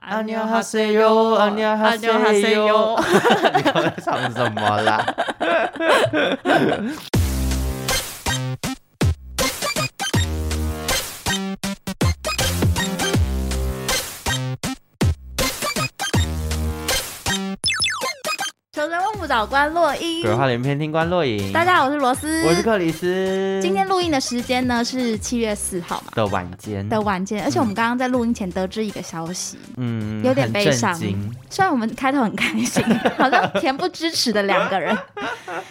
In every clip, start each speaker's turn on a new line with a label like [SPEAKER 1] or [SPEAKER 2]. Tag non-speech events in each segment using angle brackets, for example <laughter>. [SPEAKER 1] 안녕하세요안녕하세요
[SPEAKER 2] 你刚才唱什么
[SPEAKER 1] <laughs>
[SPEAKER 2] 啦？
[SPEAKER 1] 求神问卜找关洛伊。
[SPEAKER 2] 鬼话连篇，听官落影。
[SPEAKER 1] 大家好，我是罗斯，
[SPEAKER 2] 我是克里斯。
[SPEAKER 1] 今天录音的时间呢是七月四号嘛
[SPEAKER 2] 的晚间，
[SPEAKER 1] 的晚间，而且我们刚刚在录音前得知一个消息，
[SPEAKER 2] 嗯，
[SPEAKER 1] 有点
[SPEAKER 2] 很
[SPEAKER 1] 悲
[SPEAKER 2] 震
[SPEAKER 1] 伤
[SPEAKER 2] 惊
[SPEAKER 1] 虽然我们开头很开
[SPEAKER 2] <laughs>
[SPEAKER 1] 心，好像恬不知耻的两个人，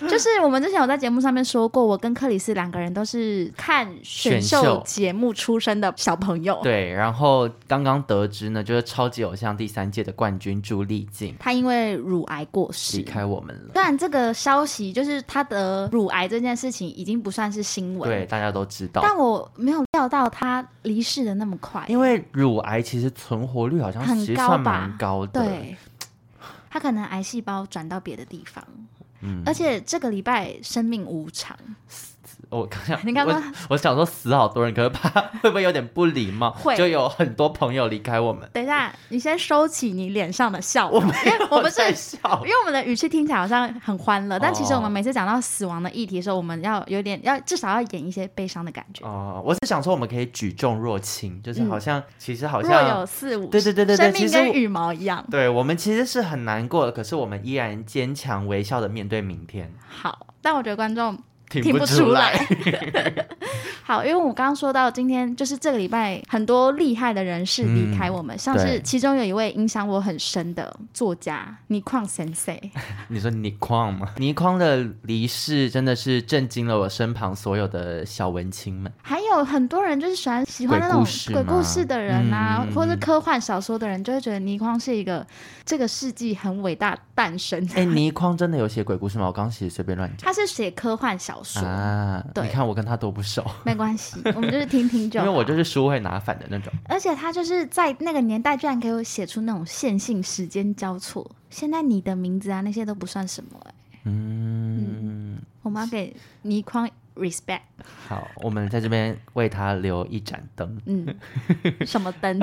[SPEAKER 1] 就是我们之前有在节目上面说过，我跟克里斯两个人都是看选
[SPEAKER 2] 选
[SPEAKER 1] 秀
[SPEAKER 2] 秀
[SPEAKER 1] 节目出身的小朋友。
[SPEAKER 2] 对，然后刚刚得知呢，就是超级偶像第三届的冠军朱丽静
[SPEAKER 1] 他因为乳癌过世
[SPEAKER 2] 离，开我们了。
[SPEAKER 1] 虽然这个消息就是他得乳癌这件事情已经不算是新闻，
[SPEAKER 2] 对，大家都知道。
[SPEAKER 1] 但我没有料到他离世的那么快，
[SPEAKER 2] 因为乳癌其实存活率好像
[SPEAKER 1] 很
[SPEAKER 2] 其实
[SPEAKER 1] 高
[SPEAKER 2] 算
[SPEAKER 1] 吧
[SPEAKER 2] 蛮高的，
[SPEAKER 1] 对，他可能癌细胞转到别的地方。
[SPEAKER 2] 嗯
[SPEAKER 1] 而且这个礼拜生命无常，
[SPEAKER 2] 我刚想，
[SPEAKER 1] 你刚刚
[SPEAKER 2] 我我想说死好多人，可是怕 <laughs> 会不会有点不礼貌？
[SPEAKER 1] 会
[SPEAKER 2] 就有很多朋友离开我们。
[SPEAKER 1] 等一下，你先收起你脸上的笑
[SPEAKER 2] 我
[SPEAKER 1] 容，
[SPEAKER 2] 没
[SPEAKER 1] 因为 <laughs> 我
[SPEAKER 2] 有
[SPEAKER 1] 们是
[SPEAKER 2] 在。笑
[SPEAKER 1] 因，为我们的语气听起来好像很欢乐，但其实
[SPEAKER 2] 哦
[SPEAKER 1] 我们每次讲到死亡的议题的时候，我们要有点要至少要演一些悲伤的感觉，
[SPEAKER 2] 哦，我是想说我们可以举重若轻，就是好像、其实好
[SPEAKER 1] 嗯若有
[SPEAKER 2] 像
[SPEAKER 1] 似无，
[SPEAKER 2] 对对对对对
[SPEAKER 1] 生
[SPEAKER 2] 其
[SPEAKER 1] 命
[SPEAKER 2] 实
[SPEAKER 1] 跟
[SPEAKER 2] 我
[SPEAKER 1] 羽毛一样。
[SPEAKER 2] 对我们其实是很难过的，可是我们依然坚强微笑的面对明天，
[SPEAKER 1] 好，但我觉得观众
[SPEAKER 2] 听
[SPEAKER 1] 听
[SPEAKER 2] 不
[SPEAKER 1] 出
[SPEAKER 2] 来。 <laughs>
[SPEAKER 1] 来。好，因为我刚刚说到今天就是这个礼拜很多厉害的人士离开我们，像是
[SPEAKER 2] 对
[SPEAKER 1] 其中有一位影响我很深的作家倪匡先
[SPEAKER 2] <laughs>
[SPEAKER 1] 生，
[SPEAKER 2] 你说倪匡吗？ <laughs> 倪匡的离世真的是震惊了我身旁所有的小文青们。
[SPEAKER 1] 还有很多人就是喜欢喜欢那
[SPEAKER 2] 鬼
[SPEAKER 1] 种
[SPEAKER 2] 故事
[SPEAKER 1] 鬼故
[SPEAKER 2] 吗
[SPEAKER 1] 事的人啊，
[SPEAKER 2] 嗯
[SPEAKER 1] 或者是科幻小说的人，就会觉得倪匡是一个这个世纪很伟大诞生。
[SPEAKER 2] <laughs> 哎，倪匡真的有写鬼故事吗？我刚刚其实随便乱讲
[SPEAKER 1] 他是写科幻小说，
[SPEAKER 2] 啊。
[SPEAKER 1] 对
[SPEAKER 2] 你看我跟他多不熟，
[SPEAKER 1] 没关系，我们就是听听就
[SPEAKER 2] 因
[SPEAKER 1] 好。
[SPEAKER 2] 为我就是书会拿反的那种。
[SPEAKER 1] 而且他就是在那个年代，居然可以写出那种线性时间交错。现在你的名字啊，那些都不算什么、欸、
[SPEAKER 2] 嗯，
[SPEAKER 1] 我们要给倪匡
[SPEAKER 2] <laughs>
[SPEAKER 1] respect。
[SPEAKER 2] 好，我们在这边为他留一盏灯，
[SPEAKER 1] 嗯，什么灯？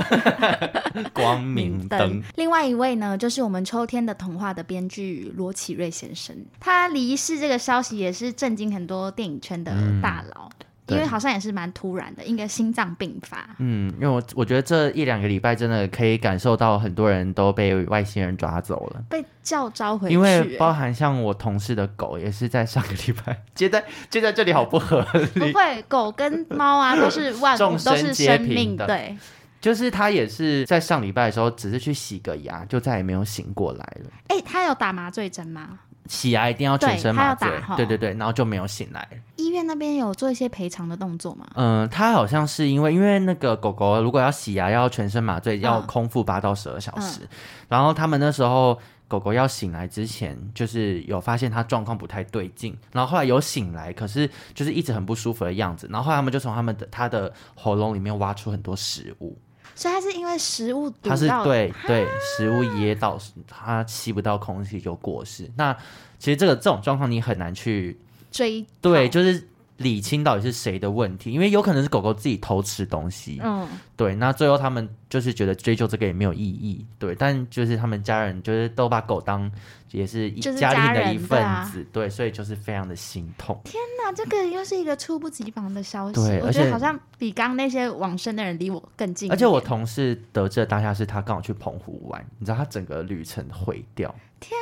[SPEAKER 2] <laughs> 光明灯。。
[SPEAKER 1] <laughs> 另外一位呢，就是我们《秋天的童话》的编剧罗启瑞先生，他离世这个消息也是震惊很多电影圈的大佬，
[SPEAKER 2] 嗯对
[SPEAKER 1] 因为好像也是蛮突然的，应该心脏病发。
[SPEAKER 2] 嗯，因为我我觉得这一两个礼拜真的可以感受到很多人都被外星人抓走了。
[SPEAKER 1] 被叫招回去、
[SPEAKER 2] 因为
[SPEAKER 1] 欸
[SPEAKER 2] 包含像我同事的狗也是在上个礼拜接在接在这里好不合
[SPEAKER 1] 不
[SPEAKER 2] 理， <laughs>
[SPEAKER 1] 会，狗跟猫啊都是万物
[SPEAKER 2] 众，
[SPEAKER 1] 都
[SPEAKER 2] 生
[SPEAKER 1] 是
[SPEAKER 2] 皆
[SPEAKER 1] 生
[SPEAKER 2] 平
[SPEAKER 1] 命，
[SPEAKER 2] 等
[SPEAKER 1] 对，
[SPEAKER 2] 就是它也是在上礼拜的时候只是去洗个牙，就再也没有醒过来了。
[SPEAKER 1] 哎、他有打麻醉针吗？
[SPEAKER 2] 洗牙一定要全身
[SPEAKER 1] 对它要
[SPEAKER 2] 麻醉
[SPEAKER 1] 打齁，
[SPEAKER 2] 对对对，然后就没有醒来了。
[SPEAKER 1] 医院那边有做一些赔偿的动作吗？
[SPEAKER 2] 嗯，它好像是因为因为那个狗狗如果要洗牙要全身麻醉，要空腹八到十二小
[SPEAKER 1] 嗯
[SPEAKER 2] 时，然后他们那时候。狗狗要醒来之前，就是有发现它状况不太对劲，然后后来有醒来，可是就是一直很不舒服的样子，然后后来他们就从他们的它的喉咙里面挖出很多食物，
[SPEAKER 1] 所以他是因为食物毒
[SPEAKER 2] 它是
[SPEAKER 1] 到，
[SPEAKER 2] 对对食物噎到，它吸不到空气就过世。那其实这个这种状况你很难去
[SPEAKER 1] 追
[SPEAKER 2] 对，
[SPEAKER 1] 讨，
[SPEAKER 2] 就是理清到底是谁的问题，因为有可能是狗狗自己偷吃东西，
[SPEAKER 1] 嗯，
[SPEAKER 2] 对，那最后他们就是觉得追究这个也没有意义，对，但就是他们家人就是都把狗当也是一
[SPEAKER 1] 就是
[SPEAKER 2] 家
[SPEAKER 1] 家
[SPEAKER 2] 庭的一
[SPEAKER 1] 人对
[SPEAKER 2] 份
[SPEAKER 1] 啊
[SPEAKER 2] 子，对，所以就是非常的心痛。
[SPEAKER 1] 那这个又是一个猝不及防的消息，
[SPEAKER 2] 对
[SPEAKER 1] 我
[SPEAKER 2] 而
[SPEAKER 1] 觉得
[SPEAKER 2] 且
[SPEAKER 1] 好像比刚那些往生的人离我更近一点，
[SPEAKER 2] 而且我同事得知的当下是他刚好去澎湖玩，你知道他整个旅程毁掉，天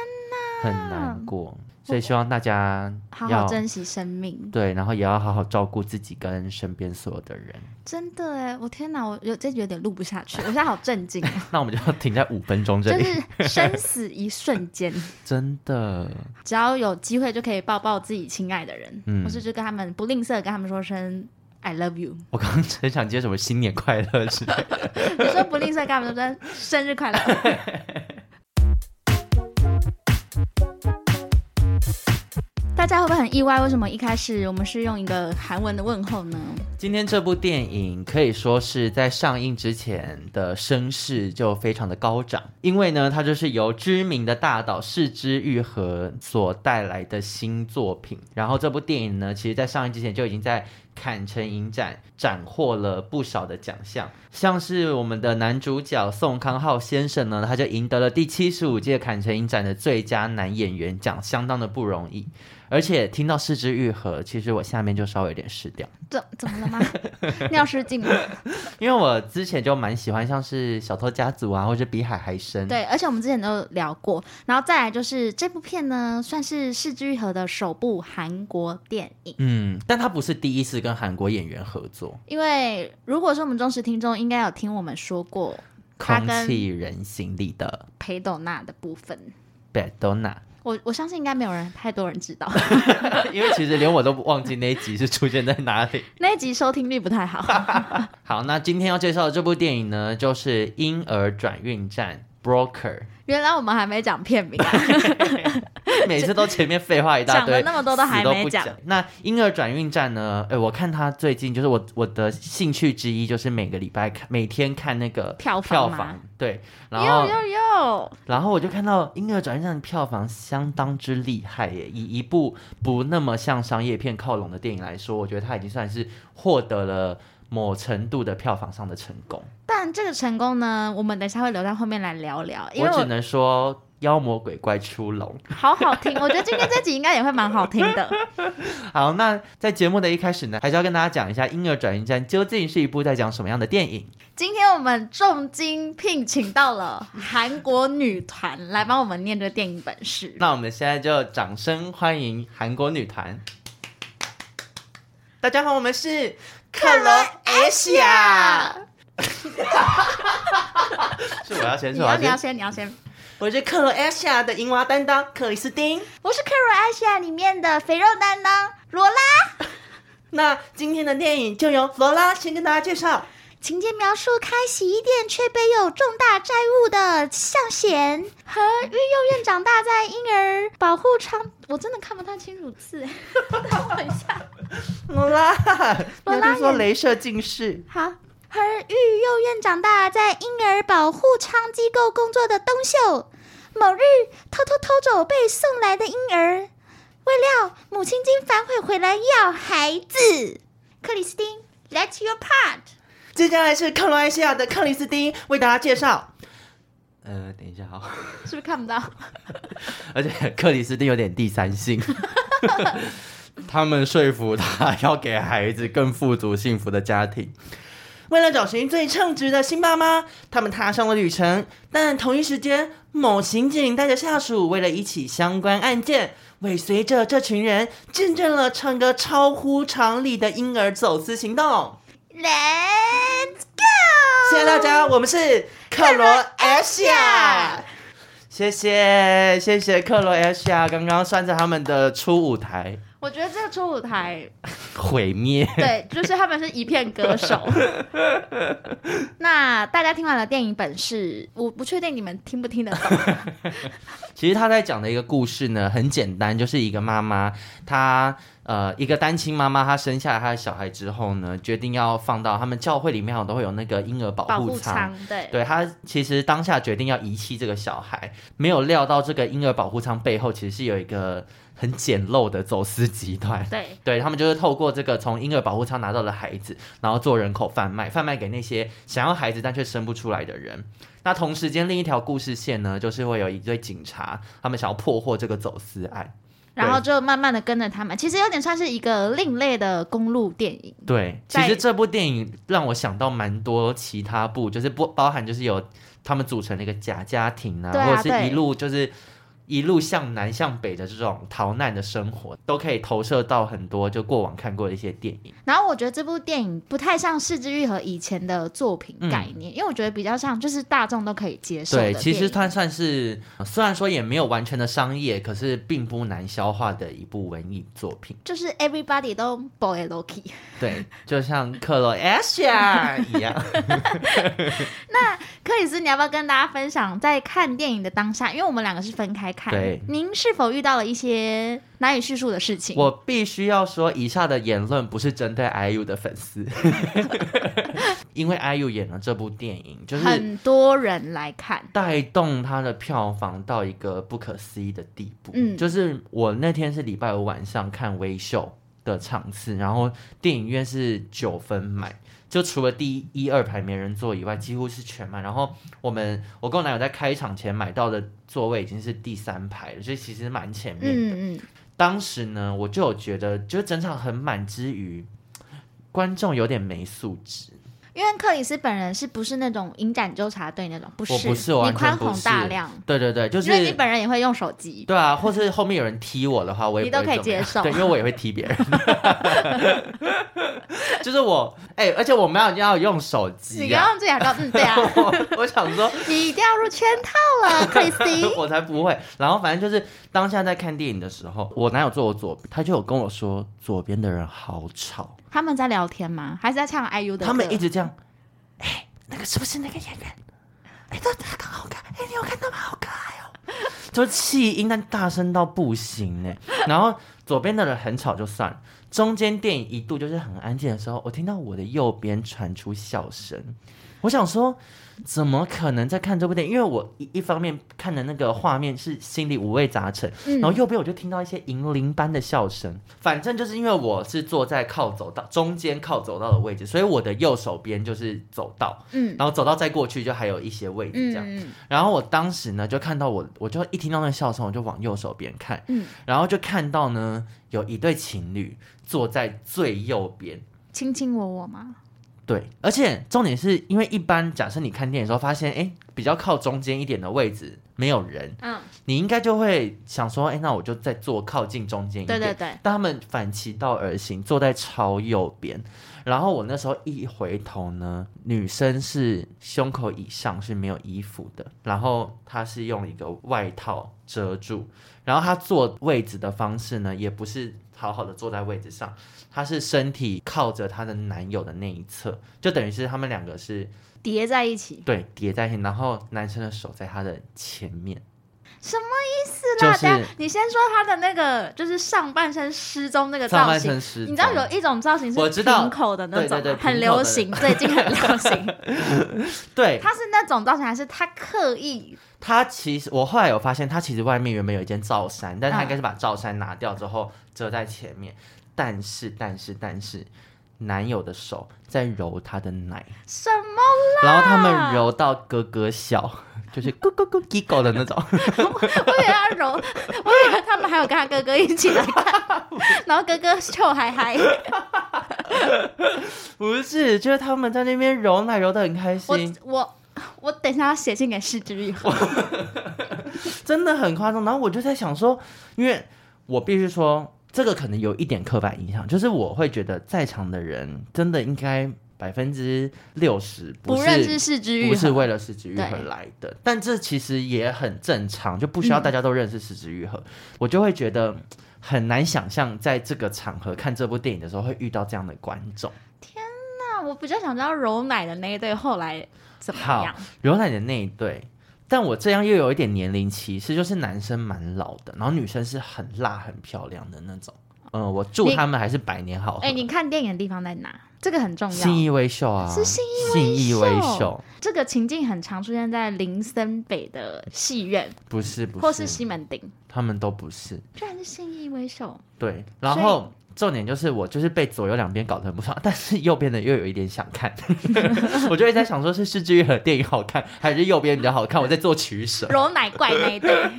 [SPEAKER 2] 哪，很难过。所以希望大家
[SPEAKER 1] 好
[SPEAKER 2] 要
[SPEAKER 1] 好珍惜生命，
[SPEAKER 2] 对，然后也要好好照顾自己跟身边所有的人。
[SPEAKER 1] 真的哎，我天哪，我有这有点录不下去，我现在好震惊哦，
[SPEAKER 2] 那我们就要停在五分钟这
[SPEAKER 1] 就
[SPEAKER 2] 里，
[SPEAKER 1] 是生死一瞬间，
[SPEAKER 2] 真的。
[SPEAKER 1] 只要有机会就可以抱抱自己亲爱的人，
[SPEAKER 2] 嗯
[SPEAKER 1] 或是就跟他们不吝啬地跟他们说声 I love you。
[SPEAKER 2] 我刚刚很想接什么新年快乐之类的。
[SPEAKER 1] 你说不吝啬干嘛？说生日快乐。 <laughs> 大家会不会很意外？为什么一开始我们是用一个韩文的问候呢？
[SPEAKER 2] 今天这部电影可以说是在上映之前的声势就非常的高涨，因为呢，它就是由知名的大导市之愈合所带来的新作品。然后这部电影呢，其实在上映之前就已经在。坎城影展斩获了不少的奖项，像是我们的男主角宋康昊先生呢，他就赢得了第七十五届坎城影展的最佳男演员奖，相当的不容易。而且听到四肢愈合，其实我下面就稍微有点失掉，
[SPEAKER 1] 怎怎么了吗？尿失禁吗？
[SPEAKER 2] 因为我之前就蛮喜欢像是《小偷家族》啊，或者《比海还深》。
[SPEAKER 1] 对，而且我们之前都有聊过，然后再来就是这部片呢，算是世之愈合的首部韩国电影。
[SPEAKER 2] 嗯，但他不是第一次跟韩国演员合作，
[SPEAKER 1] 因为如果说我们忠实听众应该有听我们说过他
[SPEAKER 2] 空
[SPEAKER 1] 跟
[SPEAKER 2] 气人形里的
[SPEAKER 1] 裴斗娜的部分，
[SPEAKER 2] 贝多娜，
[SPEAKER 1] 我我相信应该没有人太多人知道，
[SPEAKER 2] <laughs>
[SPEAKER 1] <laughs>
[SPEAKER 2] 因为其实连我都忘记那一集是出现在哪里。 <laughs>
[SPEAKER 1] 那一集收听率不太好。
[SPEAKER 2] 好，那今天要介绍的这部电影呢，就是《婴儿转运站》（Broker），
[SPEAKER 1] 原来我们还没讲片名啊，
[SPEAKER 2] 每次都前面废话一大
[SPEAKER 1] 讲
[SPEAKER 2] 堆，
[SPEAKER 1] 了那么多都还没
[SPEAKER 2] 死不
[SPEAKER 1] 讲
[SPEAKER 2] 讲。那《婴儿转运站》呢？哎，我看他最近就是我我的兴趣之一，就是每个礼拜看，每天看那个
[SPEAKER 1] 票
[SPEAKER 2] 票
[SPEAKER 1] 房吗
[SPEAKER 2] 房，对，
[SPEAKER 1] <laughs>
[SPEAKER 2] 然
[SPEAKER 1] 哟
[SPEAKER 2] 后
[SPEAKER 1] 哟哟，
[SPEAKER 2] 然后我就看到《婴儿转运站》的票房相当之厉害耶！以一部不那么向商业片靠拢的电影来说，我觉得它已经算是获得了某程度的票房上的成功。
[SPEAKER 1] 但这个成功呢，我们等一下会留在后面来聊聊，因
[SPEAKER 2] 我
[SPEAKER 1] 为
[SPEAKER 2] 只
[SPEAKER 1] 我
[SPEAKER 2] 能说妖魔鬼怪出笼。
[SPEAKER 1] 好好听，我觉得今天这集应该也会蛮好听的。
[SPEAKER 2] 好，那在节目的一开始呢，还是要跟大家讲一下《婴儿转运站》究竟是一部在讲什么样的电影。
[SPEAKER 1] 今天我们重金聘请到了韩国女团来帮我们念这个电影本事。
[SPEAKER 2] <laughs> 那我们现在就掌声欢迎韩国女团。大家好，我们是克罗 Asia。是我要先，
[SPEAKER 1] 你
[SPEAKER 2] 是我要
[SPEAKER 1] 要你要
[SPEAKER 2] 先，
[SPEAKER 1] 先你要先，
[SPEAKER 2] 我是克罗 Asia 的银娃担当克里斯汀。
[SPEAKER 1] 我是《克罗埃西亚》里面的肥肉担当罗拉。
[SPEAKER 2] <laughs> 那今天的电影就由罗拉先跟大家介绍。
[SPEAKER 1] 情节描述开洗衣店却背有重大债务的向贤和育幼院长大在婴儿保护场，我真的看不太清楚 <laughs> 字，等我一下。
[SPEAKER 2] 罗拉， <laughs>
[SPEAKER 1] 罗
[SPEAKER 2] 你
[SPEAKER 1] 拉
[SPEAKER 2] 要说
[SPEAKER 1] 也
[SPEAKER 2] 镭射近视。
[SPEAKER 1] 好，和育幼院长大在婴儿保护舱机构工作的东秀，某日偷偷偷走被送来的婴儿，未料母亲竟反悔回来要孩子。克里斯汀，That's your part。
[SPEAKER 2] 接下来是克罗埃西亚的克里斯汀为大家介绍。呃，等一下好， <laughs>
[SPEAKER 1] 是不是看不到？
[SPEAKER 2] 而且克里斯汀有点第三性，他们说服他要给孩子更富足、幸福的家庭。为了找寻最称职的新爸妈，他们踏上了旅程。但同一时间，某刑警带着下属为了一起相关案件，尾随着这群人，见证了整个超乎常理的婴儿走私行动。
[SPEAKER 1] Let's go！
[SPEAKER 2] 谢谢大家，我们是克罗埃西亚。谢谢谢谢克罗埃西亚，刚刚算是他们的初舞台
[SPEAKER 1] 我觉得这个初舞台，
[SPEAKER 2] 毁灭。
[SPEAKER 1] <laughs> 对，就是他们是一片歌手。那大家听完了电影本事，我不确定你们听不听得懂。
[SPEAKER 2] <laughs> 其实他在讲的一个故事呢，很简单，就是一个妈妈，她呃一个单亲妈妈，她生下来她的小孩之后呢，决定要放到他们教会里面，好像都会有那个婴儿保
[SPEAKER 1] <laughs> 保
[SPEAKER 2] 护
[SPEAKER 1] 护
[SPEAKER 2] 舱。
[SPEAKER 1] 舱，对，
[SPEAKER 2] 对他其实当下决定要遗弃这个小孩，没有料到这个婴儿保护舱背后其实是有一个很简陋的走私集团。
[SPEAKER 1] 对，
[SPEAKER 2] 对他们就是透过这个从婴儿保护舱拿到的孩子，然后做人口贩卖，贩卖给那些想要孩子但却生不出来的人。那同时间另一条故事线呢，就是会有一对警察，他们想要破获这个走私案。
[SPEAKER 1] 然后就慢慢的跟着他们，其实有点算是一个另类的公路电影。
[SPEAKER 2] 对，其
[SPEAKER 1] 在
[SPEAKER 2] 实这部电影让我想到蛮多其他部，就是不包含就是有他们组成了一个假家庭啊，
[SPEAKER 1] 对啊
[SPEAKER 2] 或者是
[SPEAKER 1] 对
[SPEAKER 2] 一路就是一路向南向北的这种逃难的生活，都可以投射到很多就过往看过的一些电影。
[SPEAKER 1] 然后我觉得这部电影不太像《四之愈合》以前的作品概念，因为我觉得比较像就是大众都可以接受的
[SPEAKER 2] 对，
[SPEAKER 1] 电影。
[SPEAKER 2] 其实它算是呃虽然说也没有完全的商业，可是并不难消化的一部文艺作品。
[SPEAKER 1] 就是 everybody 都 boy l o k y
[SPEAKER 2] 对，就像克罗埃西亚一样。
[SPEAKER 1] 克里斯，你要不要跟大家分享在看电影的当下？因为我们两个是分开看，
[SPEAKER 2] 对
[SPEAKER 1] 您是否遇到了一些难以叙述的事情？
[SPEAKER 2] 我必须要说，以下的言论不是针对 IU 的
[SPEAKER 1] <laughs>
[SPEAKER 2] 粉丝，因为 IU 演了这部电影，就是
[SPEAKER 1] 很多人来看，
[SPEAKER 2] 带动他的票房到一个不可思议的地步。
[SPEAKER 1] 嗯
[SPEAKER 2] 就是我那天是礼拜五晚上看微秀，的场次，然后电影院是九分满，就除了第一一二排没人坐以外，几乎是全满。然后我们我跟我男友在开场前买到的座位已经是第三排了，所以其实蛮前面的。
[SPEAKER 1] 嗯嗯，
[SPEAKER 2] 当时呢，我就有觉得，就是整场很满之余，观众有点没素质。
[SPEAKER 1] 因为克里斯本人是不是那种鹰展纠察队那种？不是，
[SPEAKER 2] 我不是
[SPEAKER 1] 你
[SPEAKER 2] 完
[SPEAKER 1] 宽
[SPEAKER 2] 全不
[SPEAKER 1] 宏
[SPEAKER 2] 是
[SPEAKER 1] 大量，
[SPEAKER 2] 对对对，就是
[SPEAKER 1] 因为你本人也会用手机。
[SPEAKER 2] 对啊，或是后面有人踢我的话，我也
[SPEAKER 1] 你
[SPEAKER 2] 不会
[SPEAKER 1] 都可以
[SPEAKER 2] 怎么样
[SPEAKER 1] 接受
[SPEAKER 2] 对，因为我也会踢别人。 <laughs> 就是我，哎、而且我们要要用手
[SPEAKER 1] 你
[SPEAKER 2] 机
[SPEAKER 1] 刚
[SPEAKER 2] 啊！
[SPEAKER 1] 刚最想到，嗯，对啊，
[SPEAKER 2] <laughs> 我我想
[SPEAKER 1] <laughs>
[SPEAKER 2] 说，
[SPEAKER 1] 你一定要入圈套了，克里斯。
[SPEAKER 2] <laughs> 我才不会。然后反正就是当下在看电影的时候，我男友坐我左边，他就有跟我说，左边的人好吵，
[SPEAKER 1] 他们在聊天吗？还是在唱 IU 的歌？
[SPEAKER 2] 他们一直这样。哎、那个是不是那个演员？哎、他他刚好看，哎、你有看到吗？好可爱哦！ <laughs> 就气音，但大声到不行哎。然后左边的人很吵就算了，中间电影一度就是很安静的时候，我听到我的右边传出笑声。我想说，怎么可能在看这部电影？因为我一一方面看的那个画面是心里五味杂陈，
[SPEAKER 1] 嗯
[SPEAKER 2] 然后右边我就听到一些银铃般的笑声。反正就是因为我是坐在靠走道中间靠走道的位置，所以我的右手边就是走道，
[SPEAKER 1] 嗯
[SPEAKER 2] 然后走道再过去就还有一些位置这样。
[SPEAKER 1] 嗯
[SPEAKER 2] 然后我当时呢就看到我，我就一听到那笑声，我就往右手边看，
[SPEAKER 1] 嗯，
[SPEAKER 2] 然后就看到呢有一对情侣坐在最右边。
[SPEAKER 1] 卿卿我我吗？
[SPEAKER 2] 对，而且重点是因为一般假设你看电影的时候发现，哎，比较靠中间一点的位置没有人，
[SPEAKER 1] 嗯，
[SPEAKER 2] 你应该就会想说，哎，那我就再坐靠近中间一
[SPEAKER 1] 对
[SPEAKER 2] 点。
[SPEAKER 1] 对对，
[SPEAKER 2] 但他们反其道而行，坐在超右边。然后我那时候一回头呢，女生是胸口以上是没有衣服的，然后她是用一个外套遮住，然后她坐位置的方式呢，也不是好好的坐在位置上，她是身体靠着她的男友的那一侧，就等于是他们两个是
[SPEAKER 1] 叠在一起
[SPEAKER 2] 对叠在一起，然后男生的手在她的前面，
[SPEAKER 1] 是啦。
[SPEAKER 2] 就是
[SPEAKER 1] 等一下你先说他的那个，就是上半身失踪那个
[SPEAKER 2] 上
[SPEAKER 1] 造
[SPEAKER 2] 半
[SPEAKER 1] 型。
[SPEAKER 2] 身失
[SPEAKER 1] 你知道
[SPEAKER 2] 踪
[SPEAKER 1] 有一种造型是
[SPEAKER 2] 我知道
[SPEAKER 1] 平口的那种吗，
[SPEAKER 2] 对对对平口的
[SPEAKER 1] 很流
[SPEAKER 2] <laughs>
[SPEAKER 1] 行，最近很流行。
[SPEAKER 2] 对
[SPEAKER 1] 他是那种造型，还是他刻意？
[SPEAKER 2] 他其实我后来有发现，他其实外面原本有一件罩衫，但他
[SPEAKER 1] 嗯
[SPEAKER 2] 应该是把罩衫拿掉之后遮在前面。但是，但是，但是，男友的手在揉她的奶，
[SPEAKER 1] 什么？
[SPEAKER 2] 然后他们揉到咯咯笑，就是咕咕咕叽咕的那种。
[SPEAKER 1] 我以为他揉， <laughs> 我以为他们还有跟他哥哥一起来看，然后哥哥臭嗨嗨。
[SPEAKER 2] 不是，就是他们在那边揉奶揉得很开
[SPEAKER 1] 我
[SPEAKER 2] 心，
[SPEAKER 1] 我我等一下要写信给失之愈合。
[SPEAKER 2] <laughs> 真的很夸张。然后我就在想说，因为我必须说，这个可能有一点刻板印象，就是我会觉得在场的人真的应该百分之六十
[SPEAKER 1] 不
[SPEAKER 2] 是
[SPEAKER 1] 认识失之愈
[SPEAKER 2] 不是
[SPEAKER 1] 合，
[SPEAKER 2] 为了失之愈合
[SPEAKER 1] 对
[SPEAKER 2] 来的，但这其实也很正常，就不需要
[SPEAKER 1] 嗯
[SPEAKER 2] 大家都认识失之愈合。我就会觉得很难想象，在这个场合看这部电影的时候会遇到这样的观众。
[SPEAKER 1] 那我比较想知道柔奶的那一对后来怎么
[SPEAKER 2] 好
[SPEAKER 1] 样？，
[SPEAKER 2] 柔奶的那一对，但我这样又有一点年龄歧视，就是男生蛮老的，然后女生是很辣很漂亮的那种。嗯，我祝
[SPEAKER 1] 你
[SPEAKER 2] 他们还是百年好合。
[SPEAKER 1] 哎、你看电影的地方在哪？这个很重
[SPEAKER 2] 信
[SPEAKER 1] 要。
[SPEAKER 2] 义威秀啊，
[SPEAKER 1] 是信
[SPEAKER 2] 信义
[SPEAKER 1] 威
[SPEAKER 2] 威
[SPEAKER 1] 秀
[SPEAKER 2] 秀，
[SPEAKER 1] 这个情境很常出现在林森北的戏院，
[SPEAKER 2] 不是不
[SPEAKER 1] 或是西门町，
[SPEAKER 2] 他们都不是。
[SPEAKER 1] 居然是信义威秀。
[SPEAKER 2] 对，
[SPEAKER 1] 嗯
[SPEAKER 2] 然
[SPEAKER 1] 所以
[SPEAKER 2] 后重点就是我就是被左右两边搞得很不爽， <laughs> 但是右边的又有一点想
[SPEAKER 1] <laughs>
[SPEAKER 2] 看，我就一直在想说是失之愈合电影好看，还是右边比较好看，我在做取舍。 <laughs>
[SPEAKER 1] 柔奶怪那一对，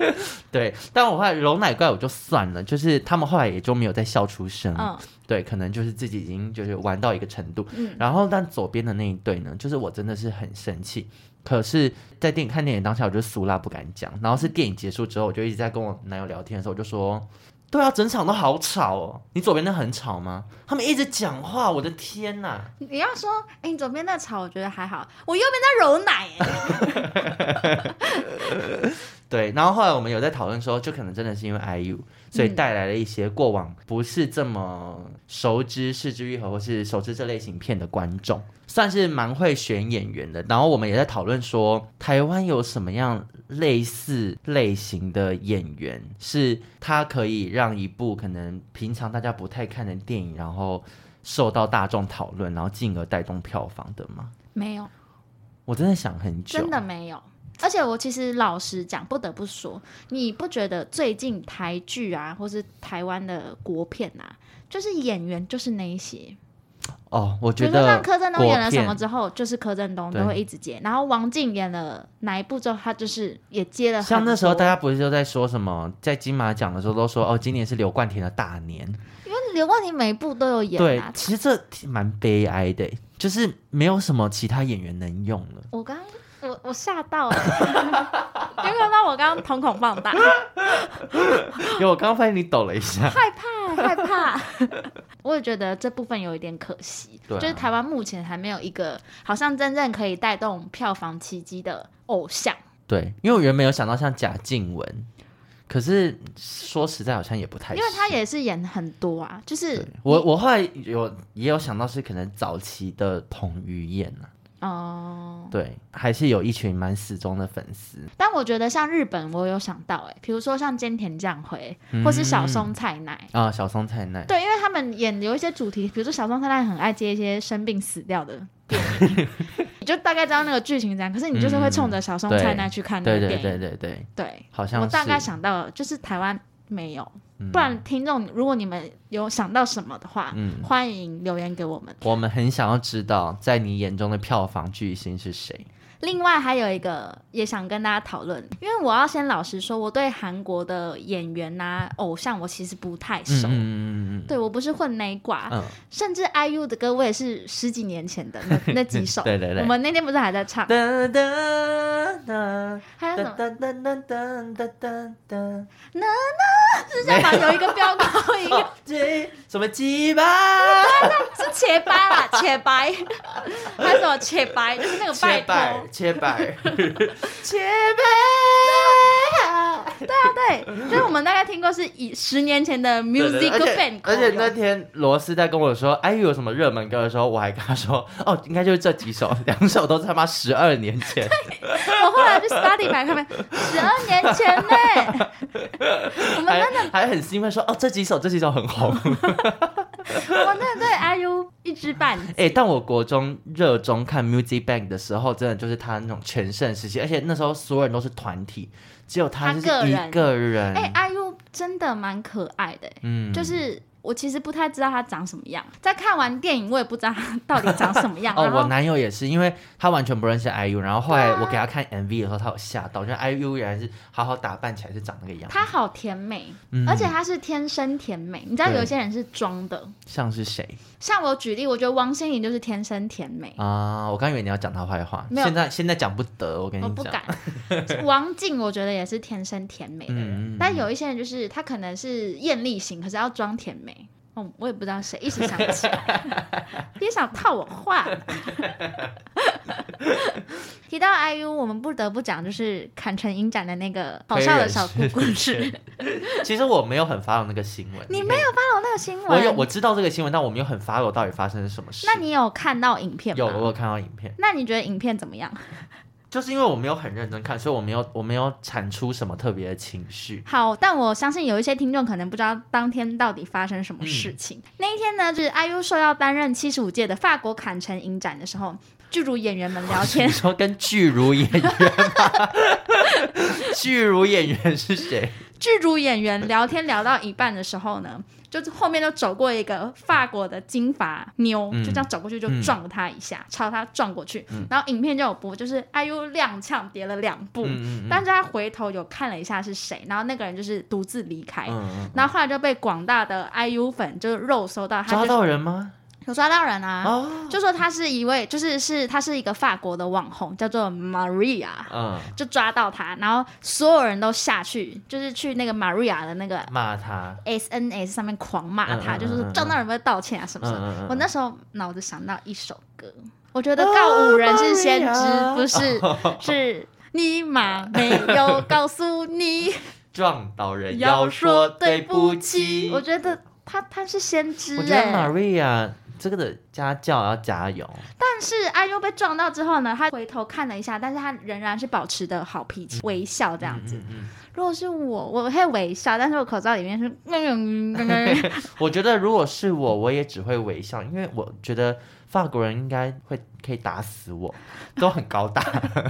[SPEAKER 2] 对，但我后来揉奶怪我就算了，就是他们后来也就没有再笑出声。
[SPEAKER 1] 嗯，
[SPEAKER 2] 对，可能就是自己已经就是玩到一个程度。
[SPEAKER 1] 嗯
[SPEAKER 2] 然后但左边的那一对呢，就是我真的是很生气。可是，在电影看电影当下，我就俗辣不敢讲。然后是电影结束之后，我就一直在跟我男友聊天的时候，我就说：“对啊，整场都好吵哦，你左边那很吵吗？他们一直讲话，我的天呐！
[SPEAKER 1] 你要说，哎、你左边那吵，我觉得还好，我右边在揉奶、
[SPEAKER 2] <laughs>
[SPEAKER 1] 哎
[SPEAKER 2] 对，然后后来我们有在讨论说，就可能真的是因为 IU，所以
[SPEAKER 1] 嗯
[SPEAKER 2] 带来了一些过往不是这么熟知《失之愈合》或是熟知这类型片的观众，算是蛮会选演员的。然后我们也在讨论说，台湾有什么样类似类型的演员，是他可以让一部可能平常大家不太看的电影，然后受到大众讨论，然后进而带动票房的吗？
[SPEAKER 1] 没有，
[SPEAKER 2] 我真的想很久，
[SPEAKER 1] 真的没有。而且我其实老实讲，不得不说，你不觉得最近台剧啊，或是台湾的国片啊，就是演员就是那一些，
[SPEAKER 2] 哦，我
[SPEAKER 1] 比
[SPEAKER 2] 觉
[SPEAKER 1] 如说像
[SPEAKER 2] 得
[SPEAKER 1] 柯震东演了
[SPEAKER 2] 国
[SPEAKER 1] 什
[SPEAKER 2] 片
[SPEAKER 1] 么之后，就是柯震东
[SPEAKER 2] 对
[SPEAKER 1] 都会一直接。然后王静演了哪一部之后，他就是也接呃了很多。
[SPEAKER 2] 像那时候大家不是就在说什么，在金马奖的时候都说哦，今年是刘冠廷的大年。
[SPEAKER 1] 因为刘冠廷每一部都有演
[SPEAKER 2] 对
[SPEAKER 1] 啊，。
[SPEAKER 2] 其实这挺蛮悲哀的，就是没有什么其他演员能用
[SPEAKER 1] <laughs>
[SPEAKER 2] 了。
[SPEAKER 1] 我刚我我吓到 <laughs> 了，有没有让我刚刚瞳孔放 <laughs> 大？
[SPEAKER 2] 因为我刚刚发现你抖了
[SPEAKER 1] <laughs>
[SPEAKER 2] 一下，
[SPEAKER 1] 害怕，害怕。 <laughs> 我也觉得这部分有一点可惜，
[SPEAKER 2] 对啊
[SPEAKER 1] 就是台湾目前还没有一个好像真正可以带动票房奇迹的偶像。
[SPEAKER 2] 对，因为我原本有想到像贾静雯，可是说实在好像也不太
[SPEAKER 1] 因
[SPEAKER 2] 是，
[SPEAKER 1] 为他也是演很多啊，就是
[SPEAKER 2] 对我我后来有也有想到是可能早期的彭于晏啊，
[SPEAKER 1] 哦、
[SPEAKER 2] 对，还是有一群蛮死忠的粉丝，
[SPEAKER 1] 但我觉得像日本，我有想到哎、比如说像菅田将晖
[SPEAKER 2] 嗯
[SPEAKER 1] 或是小松菜奈，
[SPEAKER 2] 啊、小松菜奈，
[SPEAKER 1] 对，因为他们演有一些主题，比如说小松菜奈很爱接一些生病死掉的电影，
[SPEAKER 2] <laughs>
[SPEAKER 1] 你就大概知道那个剧情是怎样，可是你就是会冲着小松菜奈去看那
[SPEAKER 2] 嗯对
[SPEAKER 1] 个电
[SPEAKER 2] 对
[SPEAKER 1] 影，
[SPEAKER 2] 对对对，
[SPEAKER 1] 对
[SPEAKER 2] 好像
[SPEAKER 1] 我大
[SPEAKER 2] 是
[SPEAKER 1] 概想到了，就是台湾没有，
[SPEAKER 2] 嗯
[SPEAKER 1] 不然听众如果你们有想到什么的话，
[SPEAKER 2] 嗯
[SPEAKER 1] 欢迎留言给我们。
[SPEAKER 2] 我们很想要知道，在你眼中的票房巨星是谁？
[SPEAKER 1] 另外还有一个也想跟大家讨论，因为我要先老实说，我对韩国的演员呐、偶像我其实不太熟，
[SPEAKER 2] 嗯嗯嗯
[SPEAKER 1] 对我不是混那一挂，
[SPEAKER 2] 嗯
[SPEAKER 1] 甚至 IU 的歌我也是十几年前的那那几首，
[SPEAKER 2] <laughs> 对对对
[SPEAKER 1] 我们那天不是还在唱，
[SPEAKER 2] 嗯。噔噔
[SPEAKER 1] 还有什么？
[SPEAKER 2] 噔噔噔噔噔噔噔，
[SPEAKER 1] 是这样吧？有一个飙高
[SPEAKER 2] <laughs>
[SPEAKER 1] 音，
[SPEAKER 2] 哦这什么鸡巴？
[SPEAKER 1] 是切白啦，切白，还有什么切白？就是那个拜
[SPEAKER 2] 切
[SPEAKER 1] 托
[SPEAKER 2] 白，，切白， <laughs>
[SPEAKER 1] 切白。 <laughs> 对啊，对，就是我们大概听过是以十年前的 music
[SPEAKER 2] 对对
[SPEAKER 1] band
[SPEAKER 2] 而且而且
[SPEAKER 1] 口
[SPEAKER 2] 那
[SPEAKER 1] 用
[SPEAKER 2] 天罗斯在跟我说，哎，有什么热门歌的时候，我还跟他说，哦，应该就是这几首，两首都是他妈十二年
[SPEAKER 1] <laughs>
[SPEAKER 2] 前。
[SPEAKER 1] 我后来去 study 百科面，十二年前呢、我们
[SPEAKER 2] 还
[SPEAKER 1] 真的，
[SPEAKER 2] 还很兴奋说，哦，这几首这几首
[SPEAKER 1] <laughs>
[SPEAKER 2] 很红。
[SPEAKER 1] 我们真的对 IU 一知
[SPEAKER 2] <laughs>
[SPEAKER 1] 半解。
[SPEAKER 2] 哎、但我国中热衷看 Music Bank 的时候，真的就是他那种全盛时期，而且那时候所有人都是团体，只有
[SPEAKER 1] 他
[SPEAKER 2] 他就是
[SPEAKER 1] 个人
[SPEAKER 2] 一个人。
[SPEAKER 1] 哎、i u 真的蛮可爱的、欸
[SPEAKER 2] 嗯
[SPEAKER 1] 就是我其实不太知道他长什么样，在看完电影我也不知道他到底长什么样。
[SPEAKER 2] <laughs> 哦，
[SPEAKER 1] 然
[SPEAKER 2] 我
[SPEAKER 1] 后
[SPEAKER 2] 男友也是，因为他完全不认识 IU，然后后来我给
[SPEAKER 1] 啊
[SPEAKER 2] 他看 MV 的时候，他有吓到，就 IU 原来是好好打扮起来是长那个样子，
[SPEAKER 1] 他好甜美，
[SPEAKER 2] 嗯
[SPEAKER 1] 而且他是天生甜美。你知道
[SPEAKER 2] 对
[SPEAKER 1] 有一些人是装的，
[SPEAKER 2] 像是谁
[SPEAKER 1] 像我举例，我觉得王心凌就是天生甜美，
[SPEAKER 2] 啊、我刚以为你要讲他坏话，
[SPEAKER 1] 没有
[SPEAKER 2] 现在现在讲不得，我跟你
[SPEAKER 1] 我
[SPEAKER 2] 讲，
[SPEAKER 1] 不敢。
[SPEAKER 2] <laughs>
[SPEAKER 1] 王静我觉得也是天生甜美的人，
[SPEAKER 2] 嗯嗯嗯
[SPEAKER 1] 但有一些人就是他可能是艳丽型，可是要装甜美。哦，我也不知道谁，一时想不起来， <laughs> 别想套我话。 <laughs> 提到 IU，我们不得不讲就是坎城影展的那个好笑的小故故事。
[SPEAKER 2] 其实我没有很 follow 那个新闻，
[SPEAKER 1] 你
[SPEAKER 2] 可以
[SPEAKER 1] 没有发了那个新闻？
[SPEAKER 2] 我有我知道这个新闻，但我没有很 follow 到底发生了什么事。
[SPEAKER 1] <laughs> 那你有看到影片
[SPEAKER 2] 有啊
[SPEAKER 1] 吗？
[SPEAKER 2] 我有看到影片。
[SPEAKER 1] 那你觉得影片怎么样？
[SPEAKER 2] 就是因为我没有很认真看，所以我没有我没有产出什么特别的情绪。
[SPEAKER 1] 好，但我相信有一些听众可能不知道当天到底发生什么
[SPEAKER 2] 嗯
[SPEAKER 1] 事情。那一天呢，就是 IU 受邀担任七十五届的法国坎城影展的时候，剧组演员们聊
[SPEAKER 2] 你
[SPEAKER 1] 天。
[SPEAKER 2] 说跟巨乳演员吗？ <laughs> 巨乳演员是谁？
[SPEAKER 1] 剧组演员聊天聊到一半的时候呢，就是后面就走过一个法国的金发妞，
[SPEAKER 2] 嗯
[SPEAKER 1] 就这样走过去就
[SPEAKER 2] 嗯
[SPEAKER 1] 撞了他一下，朝他撞过去。然后影片就有播，就是 IU 踉跄跌了两步，
[SPEAKER 2] 嗯
[SPEAKER 1] 但是他回头有看了一下是谁，然后那个人就是独自离开。
[SPEAKER 2] 嗯，
[SPEAKER 1] 然后后来就被广大的 IU 粉就是肉搜到，他
[SPEAKER 2] 抓
[SPEAKER 1] 就
[SPEAKER 2] 到人吗？
[SPEAKER 1] 有抓到人啊，
[SPEAKER 2] 哦，
[SPEAKER 1] 就说他是一位，就是是他是一个法国的网红，叫做 Maria，
[SPEAKER 2] 嗯，
[SPEAKER 1] 就抓到他，然后所有人都下去，就是去那个 Maria 的那个
[SPEAKER 2] 骂他。
[SPEAKER 1] SNS 上面狂骂他，
[SPEAKER 2] 嗯嗯嗯
[SPEAKER 1] 就是说
[SPEAKER 2] 嗯嗯
[SPEAKER 1] 撞到人不会道歉啊什么什么。
[SPEAKER 2] 嗯嗯嗯嗯
[SPEAKER 1] 我那时候脑子想到一首歌，我觉得告五人是先知，
[SPEAKER 2] Maria
[SPEAKER 1] 不是 <laughs>
[SPEAKER 2] 啊
[SPEAKER 1] 是。你妈没有告诉你，
[SPEAKER 2] 撞到人
[SPEAKER 1] 要
[SPEAKER 2] 要
[SPEAKER 1] 说
[SPEAKER 2] 说
[SPEAKER 1] 对
[SPEAKER 2] 对
[SPEAKER 1] 不
[SPEAKER 2] 不 <laughs> 起。
[SPEAKER 1] 我觉得他他是先知
[SPEAKER 2] 我觉得
[SPEAKER 1] 哎、
[SPEAKER 2] Maria 这个的家教要加油。
[SPEAKER 1] 但是阿优被撞到之后呢，他回头看了一下，但是他仍然是保持的好脾气，微笑这样子。
[SPEAKER 2] 嗯嗯，
[SPEAKER 1] 如果是我，我会微笑，但是我口罩里面是嗯嗯嗯嗯嗯
[SPEAKER 2] <laughs> 我觉得如果是我，我也只会微笑，因为我觉得法国人应该会可以打死我，都很高大， <laughs>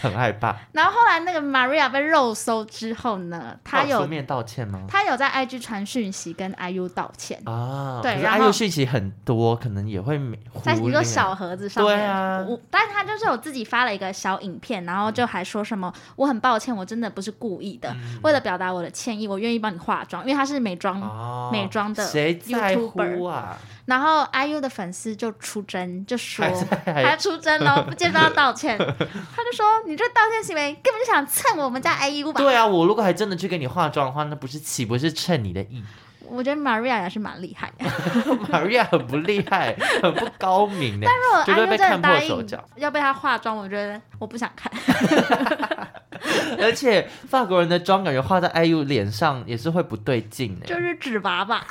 [SPEAKER 2] 很害怕。
[SPEAKER 1] 然后后来那个 Maria 被肉搜之后呢，她
[SPEAKER 2] 有
[SPEAKER 1] 有
[SPEAKER 2] 书面道歉吗？
[SPEAKER 1] 她有在 IG 传讯息跟 IU 道歉，
[SPEAKER 2] 啊，
[SPEAKER 1] 对
[SPEAKER 2] 可是
[SPEAKER 1] 然
[SPEAKER 2] 爱
[SPEAKER 1] 后
[SPEAKER 2] 有讯息很多，可能也会没
[SPEAKER 1] 在
[SPEAKER 2] 忽
[SPEAKER 1] 一个
[SPEAKER 2] 略
[SPEAKER 1] 小盒子上面。
[SPEAKER 2] 啊对啊
[SPEAKER 1] 我但是他就是有自己发了一个小影片，然后就还说什么我很抱歉，我真的不是故意的，
[SPEAKER 2] 嗯
[SPEAKER 1] 为了表达我的歉意，我愿意帮你化妆，因为他是美妆。
[SPEAKER 2] 哦
[SPEAKER 1] 美妆的
[SPEAKER 2] 谁在
[SPEAKER 1] YouTuber
[SPEAKER 2] 乎啊？
[SPEAKER 1] 然后 IU 的粉丝就出征，就说
[SPEAKER 2] 还在
[SPEAKER 1] 他出征喽，不接受要道
[SPEAKER 2] <laughs>
[SPEAKER 1] 歉，他就说你这道歉行为根本就想蹭我们家 IU 吧。
[SPEAKER 2] 对啊，我如果还真的去给你化妆的话，那不是岂不是趁你的意？ <laughs>
[SPEAKER 1] 我觉得 Maria 也是蛮厉害的，
[SPEAKER 2] 玛利亚很不厉害， <laughs> 很不高明呢，
[SPEAKER 1] 但
[SPEAKER 2] 绝
[SPEAKER 1] 是我
[SPEAKER 2] 对
[SPEAKER 1] IU
[SPEAKER 2] 被
[SPEAKER 1] 真的
[SPEAKER 2] 看破
[SPEAKER 1] 答
[SPEAKER 2] 手
[SPEAKER 1] 应
[SPEAKER 2] 脚。
[SPEAKER 1] 要被她化妆，我觉得我不想看。
[SPEAKER 2] 而且法国人的妆感觉画在 IU 脸上也是会不对劲
[SPEAKER 1] 就
[SPEAKER 2] 呢。
[SPEAKER 1] 是纸娃娃。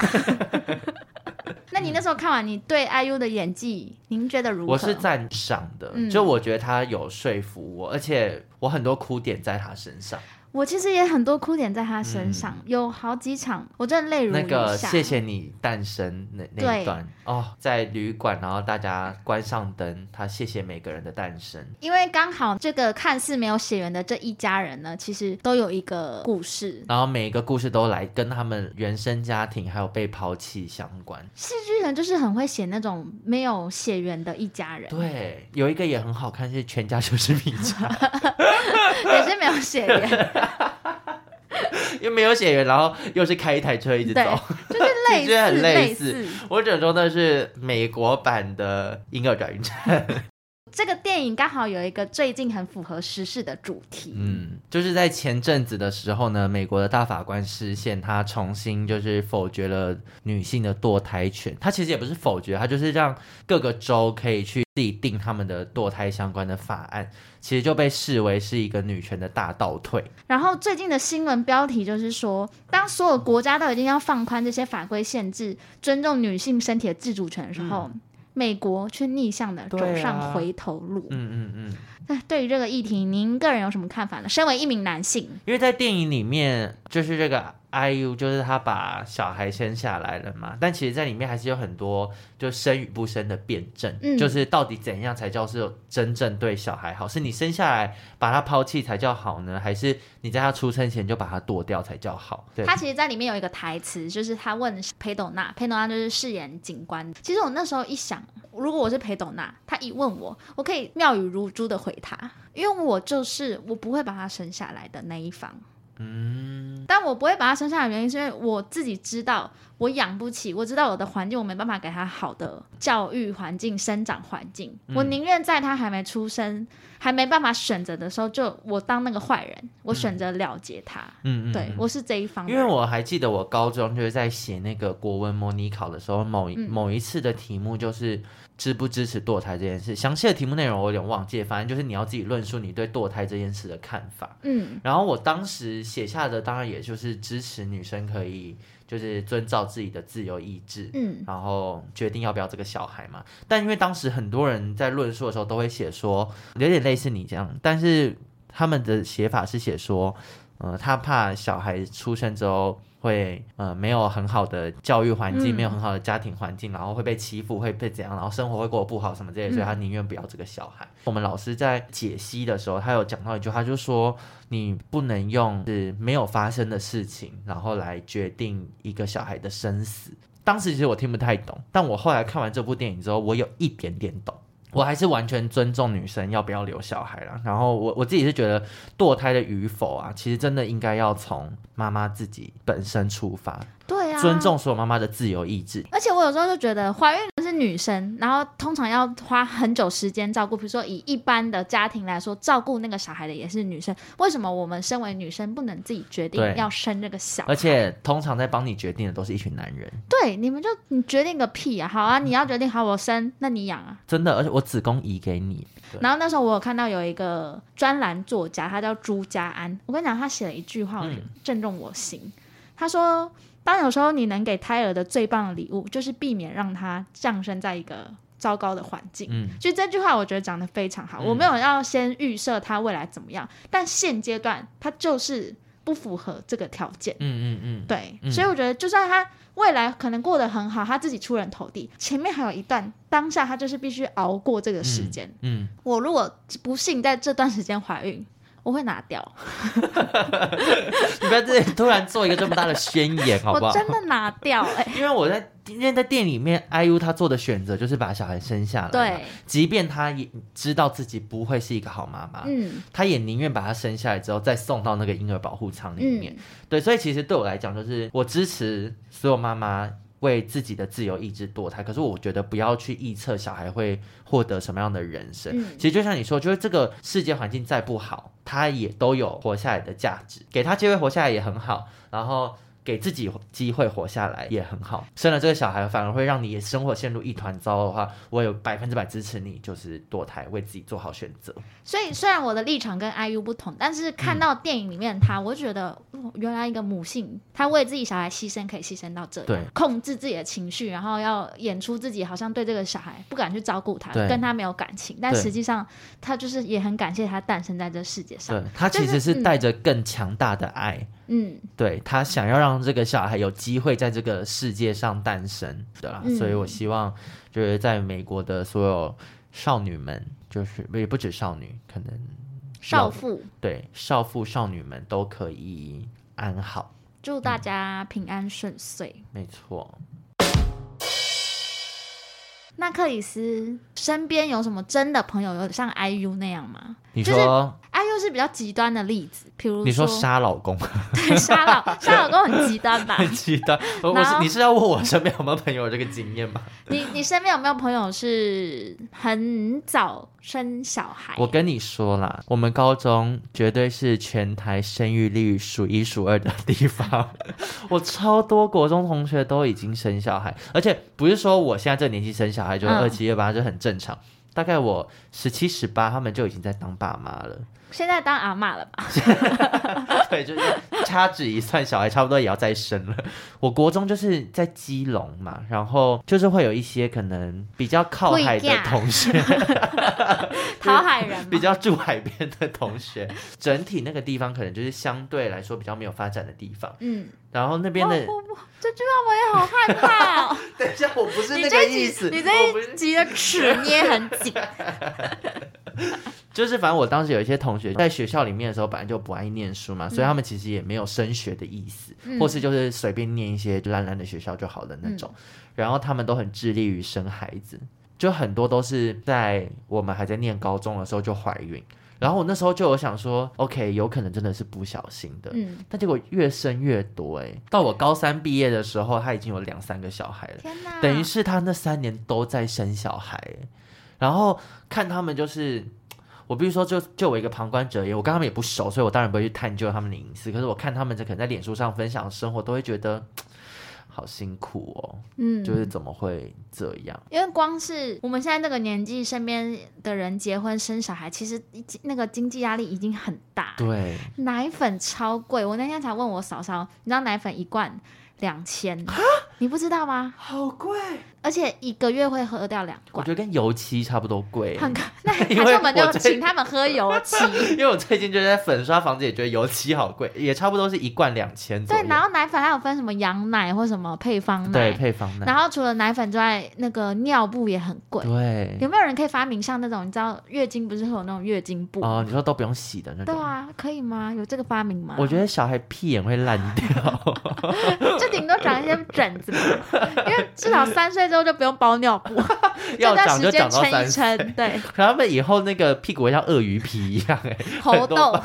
[SPEAKER 2] <laughs>
[SPEAKER 1] 那你那时候看完，你对 IU 的演技，您觉得如何？
[SPEAKER 2] 我是赞赏的，
[SPEAKER 1] 嗯
[SPEAKER 2] 就我觉得他有说服我，而且我很多哭点在他身上。
[SPEAKER 1] 我其实也很多哭点在他身上，有好几场我真的泪如
[SPEAKER 2] 嗯那
[SPEAKER 1] 雨
[SPEAKER 2] 个
[SPEAKER 1] 下。
[SPEAKER 2] 谢谢你诞生那那
[SPEAKER 1] 对
[SPEAKER 2] 一段哦，在旅馆，然后大家关上灯，他谢谢每个人的诞生。
[SPEAKER 1] 因为刚好这个看似没有血缘的这一家人呢，其实都有一个故事。
[SPEAKER 2] 然后每一个故事都来跟他们原生家庭还有被抛弃相关。
[SPEAKER 1] 戏剧人就是很会写那种没有血缘的一家人，
[SPEAKER 2] 对，有一个也很好看，是全家就是米
[SPEAKER 1] <laughs>
[SPEAKER 2] 家，
[SPEAKER 1] 也是没有血
[SPEAKER 2] <laughs>
[SPEAKER 1] 缘，
[SPEAKER 2] 又没有血缘，然后又是开一台车一直
[SPEAKER 1] 对
[SPEAKER 2] 走。，
[SPEAKER 1] 就是类
[SPEAKER 2] 其
[SPEAKER 1] 似
[SPEAKER 2] 实很
[SPEAKER 1] 类
[SPEAKER 2] 类
[SPEAKER 1] 似
[SPEAKER 2] 似。我只能说那是美国版的《婴儿转运站》。
[SPEAKER 1] 这个电影刚好有一个最近很符合时事的主题，
[SPEAKER 2] 嗯，就是在前阵子的时候呢，美国的大法官释宪，他重新就是否决了女性的堕胎权。他其实也不是否决，他就是让各个州可以去自己定他们的堕胎相关的法案，其实就被视为是一个女权的大倒退。
[SPEAKER 1] 然后最近的新闻标题就是说，当所有国家都已经要放宽这些法规限制，尊重女性身体的自主权的时候，美国却逆向的走
[SPEAKER 2] 嗯对啊
[SPEAKER 1] 上回头路。
[SPEAKER 2] 嗯嗯嗯，
[SPEAKER 1] 哎、对于这个议题，您个人有什么看法呢？身为一名男性，
[SPEAKER 2] 因为在电影里面，就是这个 IU，就是他把小孩生下来了嘛，但其实在里面还是有很多就生与不生的辩证，
[SPEAKER 1] 嗯
[SPEAKER 2] 就是到底怎样才叫是真正对小孩好？是你生下来把他抛弃才叫好呢，还是你在他出生前就把他剁掉才叫好？对，
[SPEAKER 1] 他其实在里面有一个台词，就是他问裴斗娜，裴斗娜就是饰演警官。其实我那时候一想，如果我是裴斗娜，他一问我，我可以妙语如珠的回他，因为我就是我不会把他生下来的那一方。
[SPEAKER 2] 嗯，
[SPEAKER 1] 但我不会把他生下来的原因，是因为我自己知道我养不起，我知道我的环境，我没办法给他好的教育环境、生长环境。
[SPEAKER 2] 嗯
[SPEAKER 1] 我宁愿在他还没出生、还没办法选择的时候，就我当那个坏人，我选择了结他。
[SPEAKER 2] 嗯嗯，
[SPEAKER 1] 对我是这一方的
[SPEAKER 2] 因
[SPEAKER 1] 人，
[SPEAKER 2] 为我还记得我高中就是在写那个国文模拟考的时候，某一、
[SPEAKER 1] 嗯
[SPEAKER 2] 某一次的题目就是支不支持堕胎这件事，详细的题目内容我有点忘记，反正就是你要自己论述你对堕胎这件事的看法。
[SPEAKER 1] 嗯
[SPEAKER 2] 然后我当时写下的当然也就是支持女生可以就是遵照自己的自由意志，
[SPEAKER 1] 嗯
[SPEAKER 2] 然后决定要不要这个小孩嘛。但因为当时很多人在论述的时候都会写说，有点类似你这样，但是他们的写法是写说，呃，他怕小孩出生之后会呃没有很好的教育环境，
[SPEAKER 1] 嗯
[SPEAKER 2] 没有很好的家庭环境，然后会被欺负，会被怎样，然后生活会过得不好什么之类的，所以他宁愿不要这个小孩。我们老师在解析的时候，他有讲到一句话，就说你不能用是没有发生的事情，然后来决定一个小孩的生死。当时其实我听不太懂，但我后来看完这部电影之后，我有一点点懂。我还是完全尊重女生要不要留小孩啦。然后我我自己是觉得堕胎的与否啊，其实真的应该要从妈妈自己本身出发，
[SPEAKER 1] 对啊，
[SPEAKER 2] 尊。重所有妈妈的自由意志。
[SPEAKER 1] 而且我有时候就觉得，怀孕的是女生，然后通常要花很久时间照顾。比如说，以一般的家庭来说，照顾那个小孩的也是女生。为什么我们身为女生不能自己决定
[SPEAKER 2] 对
[SPEAKER 1] 要生这个小孩？
[SPEAKER 2] 而且通常在帮你决定的都是一群男人，
[SPEAKER 1] 对，你们就你决定个屁啊！好啊，你要决定好我生，那你养啊。
[SPEAKER 2] 真的。而且我子宫移给你，对
[SPEAKER 1] 然后那时候我有看到有一个专栏作家，他叫朱家安。我跟你讲，他写了一句话，
[SPEAKER 2] 嗯
[SPEAKER 1] 我觉得正中我心。他说：“当有时候你能给胎儿的最棒的礼物，就是避免让他降生在一个糟糕的环境。”
[SPEAKER 2] 嗯，
[SPEAKER 1] 就这句话，我觉得讲的非常好。
[SPEAKER 2] 嗯
[SPEAKER 1] 我没有要先预设他未来怎么样，但现阶段他就是不符合这个条件。
[SPEAKER 2] 嗯嗯嗯，
[SPEAKER 1] 对，
[SPEAKER 2] 嗯
[SPEAKER 1] 所以我觉得，就算他未来可能过得很好，他自己出人头地，前面还有一段，当下他就是必须熬过这个时间。
[SPEAKER 2] 嗯，
[SPEAKER 1] 我如果不幸在这段时间怀孕，我会拿掉，
[SPEAKER 2] 你不要这突然做一个这么大的宣言，好不
[SPEAKER 1] 我
[SPEAKER 2] 好？
[SPEAKER 1] 真的拿掉、哎，
[SPEAKER 2] 因为我在因为在店里面，IU 他做的选择就是把小孩生下来，
[SPEAKER 1] 对，
[SPEAKER 2] 即便他也知道自己不会是一个好妈妈，
[SPEAKER 1] 嗯
[SPEAKER 2] 他也宁愿把他生下来之后再送到那个婴儿保护舱里面。
[SPEAKER 1] 嗯，
[SPEAKER 2] 对，所以其实对我来讲，就是我支持所有妈妈为自己的自由意志堕胎，可是我觉得不要去臆测小孩会获得什么样的人生。
[SPEAKER 1] 嗯
[SPEAKER 2] 其实就像你说，就是这个世界环境再不好，他也都有活下来的价值，给他机会活下来也很好，然后。给自己机会活下来也很好，生了这个小孩反而会让你生活陷入一团糟的话，我有百分之百支持你，就是堕胎，为自己做好选择。
[SPEAKER 1] 所以虽然我的立场跟 IU 不同，但是
[SPEAKER 2] 嗯
[SPEAKER 1] 看到电影里面他，我就觉得哦原来一个母性，她为自己小孩牺牲可以牺牲到这
[SPEAKER 2] 对
[SPEAKER 1] 样，控制自己的情绪，然后要演出自己好像对这个小孩不敢去照顾他，
[SPEAKER 2] 对
[SPEAKER 1] 跟他没有感情，但
[SPEAKER 2] 对
[SPEAKER 1] 实际上他就是也很感谢他诞生在这世界上
[SPEAKER 2] 对。他其
[SPEAKER 1] 就是
[SPEAKER 2] 实是
[SPEAKER 1] 嗯
[SPEAKER 2] 带着更强大的爱，
[SPEAKER 1] 嗯，
[SPEAKER 2] 对他想要让这个小孩有机会在这个世界上诞生的啦，
[SPEAKER 1] 嗯
[SPEAKER 2] 所以我希望就是在美国的所有少女们，就是也不止少女，可能
[SPEAKER 1] 少妇，
[SPEAKER 2] 对少妇少女们都可以安好，
[SPEAKER 1] 祝大家平安顺遂。
[SPEAKER 2] 没错。
[SPEAKER 1] 那克里斯身边有什么真的朋友有像 IU 那样吗
[SPEAKER 2] 你
[SPEAKER 1] 就
[SPEAKER 2] 说、
[SPEAKER 1] 是？IU 啊是比较极端的例子，比如
[SPEAKER 2] 你
[SPEAKER 1] 说 <laughs>
[SPEAKER 2] 说杀老公 <laughs>
[SPEAKER 1] 对杀老杀老公很极端吧？
[SPEAKER 2] 很极端，我我
[SPEAKER 1] 啊然
[SPEAKER 2] 是
[SPEAKER 1] 后
[SPEAKER 2] 你是要问我身边有没有朋友有这个经验吗？
[SPEAKER 1] 你你身边有没有朋友是很早生小孩？
[SPEAKER 2] 我跟你说啦，我们高中绝对是全台生育率数一数二的地方。 <laughs> 我超多国中同学都已经生小孩，而且不是说我现在这个年纪生小孩，就是
[SPEAKER 1] 嗯
[SPEAKER 2] 二七二八就很正常。大概我十七十八，他们就已经在当爸妈了。 <laughs>
[SPEAKER 1] 现在当阿嬷了吧？
[SPEAKER 2] 对，就是掐指一算，小孩差不多也要再生了。我国中就是在基隆嘛，然后就是会有一些可能比较靠海
[SPEAKER 1] 不一
[SPEAKER 2] 的
[SPEAKER 1] 样
[SPEAKER 2] 同学，
[SPEAKER 1] 讨海人
[SPEAKER 2] 呃比
[SPEAKER 1] 嘛。
[SPEAKER 2] 较住海边的同学， <laughs> 整体那个地方可能就是相对来说比较没有发展的地方。
[SPEAKER 1] 嗯，
[SPEAKER 2] 然后那边的， <laughs>
[SPEAKER 1] 我我这句话我也好害怕哦。
[SPEAKER 2] 等一下，我不是
[SPEAKER 1] 你
[SPEAKER 2] 那
[SPEAKER 1] 这
[SPEAKER 2] 个
[SPEAKER 1] 一集
[SPEAKER 2] 意思，
[SPEAKER 1] 你
[SPEAKER 2] 我不
[SPEAKER 1] 这一
[SPEAKER 2] 是，
[SPEAKER 1] 集的尺捏很紧。
[SPEAKER 2] 就是反正我当时有一些同学在学校里面的时候，本来就不爱念书嘛，所以他们其实也没有升学的意思，
[SPEAKER 1] 嗯
[SPEAKER 2] 或是就是随便念一些烂烂的学校就好的那种。然后他们都很致力于生孩子，就很多都是在我们还在念高中的时候就怀孕。然后我那时候就有想说，OK，有可能真的是不小心的，
[SPEAKER 1] 嗯，
[SPEAKER 2] 但结果越生越多哎、到我高三毕业的时候，他已经有两三个小孩了，
[SPEAKER 1] 天哪！
[SPEAKER 2] 等于是他那三年都在生小孩、欸。然后看他们就是，我必须说就，就我一个旁观者而言，我跟他们也不熟，所以我当然不会去探究他们的隐私。可是我看他们这可能在脸书上分享生活，都会觉得好辛苦哦，
[SPEAKER 1] 嗯，
[SPEAKER 2] 就是怎么会这样？
[SPEAKER 1] 因为光是我们现在这个年纪，身边的人结婚生小孩，其实已经那个经济压力已经很大。
[SPEAKER 2] 对，
[SPEAKER 1] 奶粉超贵，我那天才问我嫂嫂，你知道奶粉一罐两千，你不知道吗？
[SPEAKER 2] 好贵，
[SPEAKER 1] 而且一个月会喝掉两
[SPEAKER 2] 我
[SPEAKER 1] 罐
[SPEAKER 2] 觉，得跟油漆差不多贵欸、
[SPEAKER 1] 很
[SPEAKER 2] <laughs>
[SPEAKER 1] 那还
[SPEAKER 2] 因
[SPEAKER 1] 是
[SPEAKER 2] 为
[SPEAKER 1] 我们就
[SPEAKER 2] 我最
[SPEAKER 1] 请他们喝油漆。
[SPEAKER 2] 因为我最近就是在粉刷房子，也觉得油漆好贵，也差不多是一罐两千左右。
[SPEAKER 1] 对，然后奶粉还有分什么羊奶或什么配方
[SPEAKER 2] 对
[SPEAKER 1] 奶，
[SPEAKER 2] 配方奶，
[SPEAKER 1] 然后除了奶粉之外，那个尿布也很贵。
[SPEAKER 2] 对
[SPEAKER 1] 有没有人可以发明像那种你知道月经不是会有那种月经布？
[SPEAKER 2] 哦，你说都不用洗的那
[SPEAKER 1] 对
[SPEAKER 2] 种。
[SPEAKER 1] 啊，可以吗？有这个发明吗？
[SPEAKER 2] 我觉得小孩屁眼会烂掉，
[SPEAKER 1] 就顶多长一些疹子嘛，
[SPEAKER 2] <laughs>
[SPEAKER 1] 因为至少三岁之后就不用包尿布，这
[SPEAKER 2] 要
[SPEAKER 1] 段
[SPEAKER 2] 长
[SPEAKER 1] 时
[SPEAKER 2] 就
[SPEAKER 1] 间
[SPEAKER 2] 长到
[SPEAKER 1] 撑
[SPEAKER 2] 三
[SPEAKER 1] 一
[SPEAKER 2] 十。
[SPEAKER 1] 撑，
[SPEAKER 2] <laughs>
[SPEAKER 1] 对。
[SPEAKER 2] 可他们以后那个屁股会像鳄鱼皮一样、
[SPEAKER 1] <laughs>
[SPEAKER 2] 哎，
[SPEAKER 1] 猴
[SPEAKER 2] 很多
[SPEAKER 1] 豆，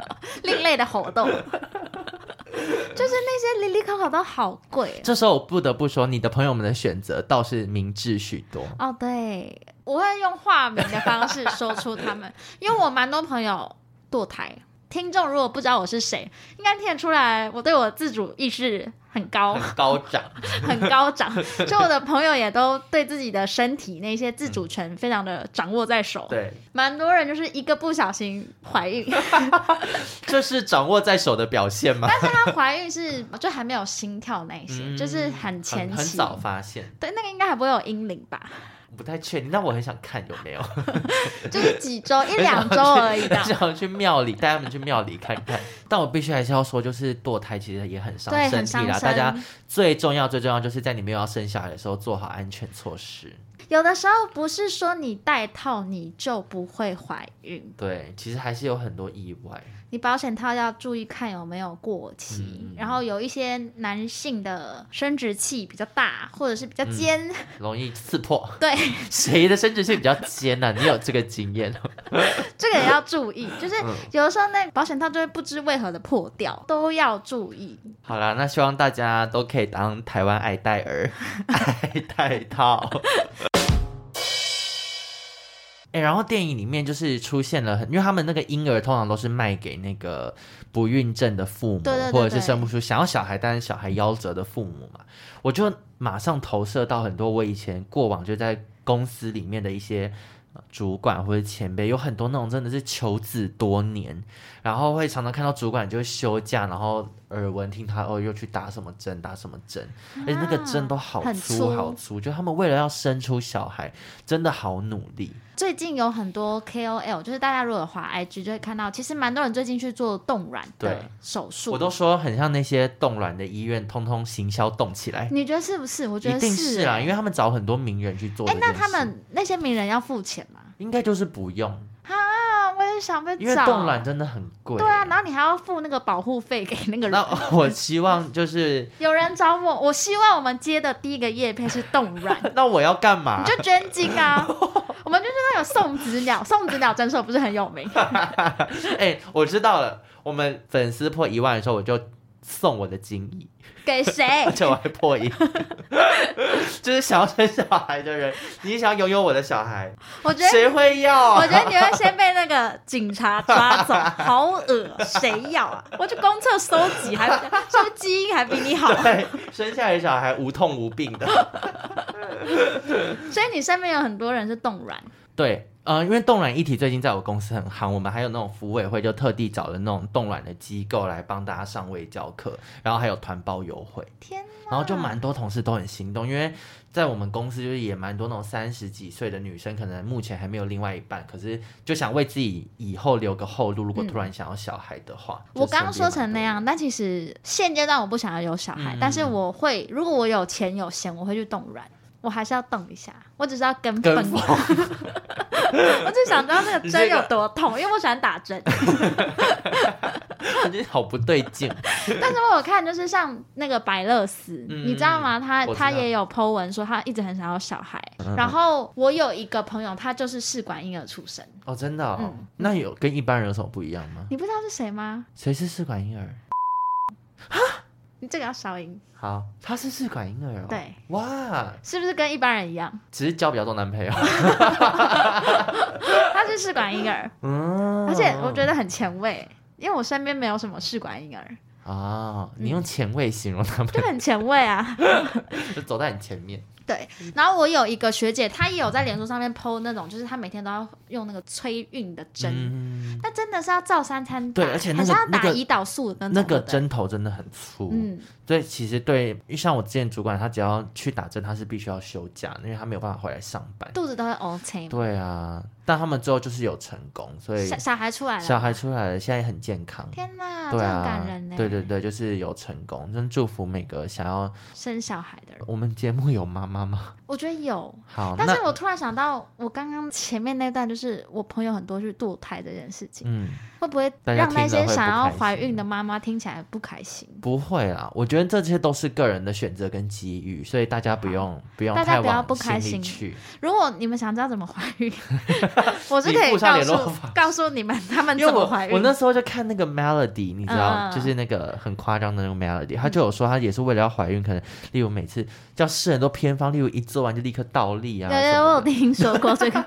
[SPEAKER 1] <laughs> 另类的猴豆， <laughs> 就是那些里里口口都好贵
[SPEAKER 2] 这时候我不得不说，你的朋友们的选择倒是明智许多。
[SPEAKER 1] 哦。对，我会用化名的方式说出他们，因为我蛮多朋友堕胎。听众如果不知道我是谁，应该听得出来，我对我自主意识很高，
[SPEAKER 2] 很高涨，
[SPEAKER 1] 很高涨。所以我的朋友也都对自己的身体那些自主权非常的掌握在手。
[SPEAKER 2] <laughs> 嗯对，
[SPEAKER 1] 蛮多人就是一个不小心怀孕，
[SPEAKER 2] 这是掌握在手的表现吗？
[SPEAKER 1] 但她怀孕是就还没有心跳那一些，就是很前
[SPEAKER 2] 嗯很
[SPEAKER 1] 期，
[SPEAKER 2] 很早发现， <laughs>
[SPEAKER 1] 对，那个应该还不会有阴龄吧？
[SPEAKER 2] 不太确定，但我很想看有没有，
[SPEAKER 1] 就是几周一 <laughs>
[SPEAKER 2] <laughs>
[SPEAKER 1] 两周而已的
[SPEAKER 2] 很。想去庙里带他们去庙里看看。但我必须还是要说，就是堕胎其实也很伤
[SPEAKER 1] 对
[SPEAKER 2] 身
[SPEAKER 1] 很
[SPEAKER 2] 体
[SPEAKER 1] 伤
[SPEAKER 2] 啦。
[SPEAKER 1] 身
[SPEAKER 2] 大家最重要最重要就是在你没有要生小孩的时候做好安全措施。
[SPEAKER 1] 有的时候不是说你戴套你就不会怀孕，
[SPEAKER 2] 对，其实还是有很多意外。
[SPEAKER 1] 你保险套要注意看有没有过期。
[SPEAKER 2] 嗯嗯
[SPEAKER 1] 然后有一些男性的生殖器比较大，或者是比较尖，
[SPEAKER 2] 容易刺破。
[SPEAKER 1] <laughs>
[SPEAKER 2] <laughs>
[SPEAKER 1] 对，
[SPEAKER 2] 谁的生殖器比较尖呢、你有这个经验？ <laughs>
[SPEAKER 1] 这个也要注意。就是
[SPEAKER 2] 嗯
[SPEAKER 1] 有的时候那保险套就会不知为何的破掉，都要注意。
[SPEAKER 2] 好啦，那希望大家都可以当台湾爱戴儿， <laughs> 爱戴套。 <laughs> 哎、然后电影里面就是出现了很，因为他们那个婴儿通常都是卖给那个不孕症的父母，
[SPEAKER 1] 对对对
[SPEAKER 2] 或者是生不出想要小孩但是小孩夭折的父母嘛。我就马上投射到很多我以前过往就在公司里面的一些呃主管或者前辈，有很多那种真的是求子多年，然后会常常看到主管就会休假，然后耳闻听他哦又去打什么针打什么针，而且那个针都好
[SPEAKER 1] 啊很
[SPEAKER 2] 粗
[SPEAKER 1] 粗
[SPEAKER 2] 好粗，就他们为了要生出小孩，真的好努力。
[SPEAKER 1] 最近有很多 KOL，就是大家如果有滑 IG 就会看到，其实蛮多人最近去做冻卵
[SPEAKER 2] 对
[SPEAKER 1] 的手术。
[SPEAKER 2] 我都说很像那些冻卵的医院，通通行销冻起来，
[SPEAKER 1] 你觉得是不是？我觉
[SPEAKER 2] 一
[SPEAKER 1] 得
[SPEAKER 2] 定是啦，
[SPEAKER 1] 欸
[SPEAKER 2] 因为他们找很多名人去做这
[SPEAKER 1] 哎、
[SPEAKER 2] 件事。
[SPEAKER 1] 那他们那些名人要付钱吗？
[SPEAKER 2] 应该就是不用，
[SPEAKER 1] 啊，我也想被找。
[SPEAKER 2] 因为冻卵真的很贵。
[SPEAKER 1] 对啊，然后你还要付那个保护费给那个人。
[SPEAKER 2] <laughs> 那我希望就是，
[SPEAKER 1] 有人找我，我希望我们接的第一个叶片是冻
[SPEAKER 2] <laughs>
[SPEAKER 1] 卵，
[SPEAKER 2] 那我要干嘛
[SPEAKER 1] 你？就捐精啊。我们就是那有送子鸟，送子鸟诊所不是很有名？
[SPEAKER 2] <laughs> 哎、我知道了，我们粉丝破一万的时候，我就送我的精液，
[SPEAKER 1] 给谁
[SPEAKER 2] 而？且我还破亿， <laughs> 就是想要生小孩的人，你想要拥有我的小孩，
[SPEAKER 1] 我觉得，
[SPEAKER 2] 谁会要
[SPEAKER 1] 我
[SPEAKER 2] 啊？
[SPEAKER 1] 觉得你会先被那个警察抓走，好恶，谁要啊？我去公厕收集，还是不是基因还比你好？
[SPEAKER 2] 对，生下来的小孩无痛无病的。
[SPEAKER 1] <laughs> 所以你身边有很多人是冻卵，
[SPEAKER 2] 对，呃，因为冻卵议题最近在我公司很夯，我们还有那种服委会就特地找了那种冻卵的机构来帮大家上位教课，然后还有团报优惠，
[SPEAKER 1] 天哪！
[SPEAKER 2] 然后就蛮多同事都很心动，因为在我们公司就是也蛮多那种三十几岁的女生，可能目前还没有另外一半，可是就想为自己以后留个后路，如果突然想要小孩的话，就
[SPEAKER 1] 嗯我刚刚
[SPEAKER 2] 身边
[SPEAKER 1] 说
[SPEAKER 2] 蛮
[SPEAKER 1] 成那
[SPEAKER 2] 多
[SPEAKER 1] 样，但其实现阶段我不想要有小孩，
[SPEAKER 2] 嗯
[SPEAKER 1] 但是我会，如果我有钱有闲，我会去冻卵，我还是要冻一下，我只是要跟
[SPEAKER 2] 跟
[SPEAKER 1] 风， <laughs> 我就想知道那个
[SPEAKER 2] 你这
[SPEAKER 1] 针
[SPEAKER 2] 个
[SPEAKER 1] 有多痛，因为我喜欢打针。
[SPEAKER 2] 人， <laughs> 好不对劲。
[SPEAKER 1] <laughs> 但是我有看，就是像那个百乐斯，
[SPEAKER 2] 嗯
[SPEAKER 1] 你知道吗？他
[SPEAKER 2] 我知道嗯
[SPEAKER 1] 他也有 Po 文说他一直很想要小孩，然后我有一个朋友，他就是试管婴儿出生，
[SPEAKER 2] 哦，真的、哦，
[SPEAKER 1] 嗯
[SPEAKER 2] 那有跟一般人有什么不一样吗？
[SPEAKER 1] 你不知道是谁吗？
[SPEAKER 2] 谁是试管婴儿？
[SPEAKER 1] 你这个要消音，
[SPEAKER 2] 好，他是试管婴儿哦。
[SPEAKER 1] 对，
[SPEAKER 2] 哇，
[SPEAKER 1] 是不是跟一般人一样？
[SPEAKER 2] 只是交比较多男朋友。
[SPEAKER 1] 他是试管婴儿。
[SPEAKER 2] <laughs> 嗯
[SPEAKER 1] 而且我觉得很前卫，因为我身边没有什么试管婴儿，
[SPEAKER 2] 啊、哦，你用前卫形容他们，
[SPEAKER 1] 就很前卫啊。 <laughs>
[SPEAKER 2] 就走在你前面。
[SPEAKER 1] 对，
[SPEAKER 2] 嗯
[SPEAKER 1] 然后我有一个学姐，她也有在脸书上面 PO 那种，就是她每天都要用那个催孕的针，
[SPEAKER 2] 嗯，
[SPEAKER 1] 但真的是要照三餐打，
[SPEAKER 2] 对而且
[SPEAKER 1] 好
[SPEAKER 2] 那个
[SPEAKER 1] 像要
[SPEAKER 2] 那
[SPEAKER 1] 打
[SPEAKER 2] 个
[SPEAKER 1] 胰岛素的
[SPEAKER 2] 那
[SPEAKER 1] 那种
[SPEAKER 2] 个
[SPEAKER 1] 对不对
[SPEAKER 2] 针头真的很粗。嗯，
[SPEAKER 1] 嗯，
[SPEAKER 2] 对，其实对，因为像我之前主管，他只要去打针，他是必须要休假，因为他没有办法回来上班。
[SPEAKER 1] 肚子都会 OK 嘛。
[SPEAKER 2] 对啊，但他们之后就是有成功，所以
[SPEAKER 1] 小小孩出来
[SPEAKER 2] 小
[SPEAKER 1] 了，
[SPEAKER 2] 孩出来了，现在很健康。
[SPEAKER 1] 天哪，这
[SPEAKER 2] 对
[SPEAKER 1] 很
[SPEAKER 2] 啊，
[SPEAKER 1] 感人呢。
[SPEAKER 2] 对对，对，就是有成功，真祝福每个想要。
[SPEAKER 1] 生小孩的人，
[SPEAKER 2] 我们节目有妈妈吗？
[SPEAKER 1] 我觉得有。
[SPEAKER 2] 好，
[SPEAKER 1] 但
[SPEAKER 2] 哦那
[SPEAKER 1] 是我突然想到，我刚刚前面那段就是我朋友很多去堕胎这件事情，
[SPEAKER 2] 嗯，
[SPEAKER 1] 会不会
[SPEAKER 2] 大家
[SPEAKER 1] 让那
[SPEAKER 2] 听了
[SPEAKER 1] 些
[SPEAKER 2] 会不
[SPEAKER 1] 想要
[SPEAKER 2] 开
[SPEAKER 1] 怀
[SPEAKER 2] 心啊
[SPEAKER 1] 孕的妈妈听起来不开心？
[SPEAKER 2] 不会啦，我觉得这些都是个人的选择跟机遇，所以大家不用不用
[SPEAKER 1] 啊大家
[SPEAKER 2] 太
[SPEAKER 1] 不要
[SPEAKER 2] 往
[SPEAKER 1] 不开
[SPEAKER 2] 心
[SPEAKER 1] 心
[SPEAKER 2] 里去。
[SPEAKER 1] 如果你们想知道怎么怀
[SPEAKER 2] <laughs>
[SPEAKER 1] 孕，我是
[SPEAKER 2] 你
[SPEAKER 1] 可以
[SPEAKER 2] 附上
[SPEAKER 1] 告
[SPEAKER 2] 联络
[SPEAKER 1] 诉
[SPEAKER 2] 方式
[SPEAKER 1] 告诉你们他们
[SPEAKER 2] 因为
[SPEAKER 1] 怎
[SPEAKER 2] 我
[SPEAKER 1] 么怀孕。
[SPEAKER 2] 我那时候就看那个 Melody，你知道，
[SPEAKER 1] 嗯
[SPEAKER 2] 就是那个很夸张的那个 Melody，她就有说她也是为了要怀孕，可能例如每次叫世人都偏方，例如一做完就立刻倒立啊
[SPEAKER 1] 对对，
[SPEAKER 2] 什
[SPEAKER 1] 我有
[SPEAKER 2] 么的，
[SPEAKER 1] 听说过这个，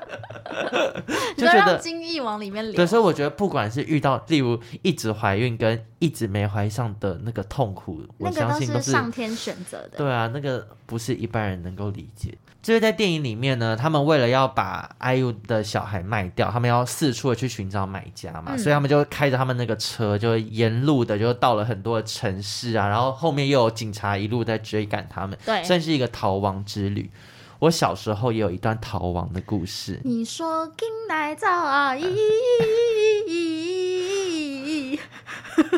[SPEAKER 1] 你
[SPEAKER 2] <laughs> 就觉
[SPEAKER 1] 让
[SPEAKER 2] 得
[SPEAKER 1] 精液往里面
[SPEAKER 2] 对，
[SPEAKER 1] 流。
[SPEAKER 2] 所以我觉得不管是遇到例如一直怀孕跟一直没怀上的那个痛苦，
[SPEAKER 1] 那
[SPEAKER 2] 我
[SPEAKER 1] 个
[SPEAKER 2] 相
[SPEAKER 1] 都
[SPEAKER 2] 信都
[SPEAKER 1] 是
[SPEAKER 2] 是
[SPEAKER 1] 上天选择的，
[SPEAKER 2] 对啊，那个不是一般人能够理解。就是在电影里面呢，他们为了要把 IU 的小孩卖掉，他们要四处的去寻找买家嘛，
[SPEAKER 1] 嗯
[SPEAKER 2] 所以他们就开着他们那个车，就沿路的就到了很多的城市啊，然后后面又有警察一路在追赶他们，
[SPEAKER 1] 对
[SPEAKER 2] 算是一个逃亡之旅。我小时候也有一段逃亡的故
[SPEAKER 1] <laughs>
[SPEAKER 2] 事。
[SPEAKER 1] 你说进来早啊，咦咦咦咦咦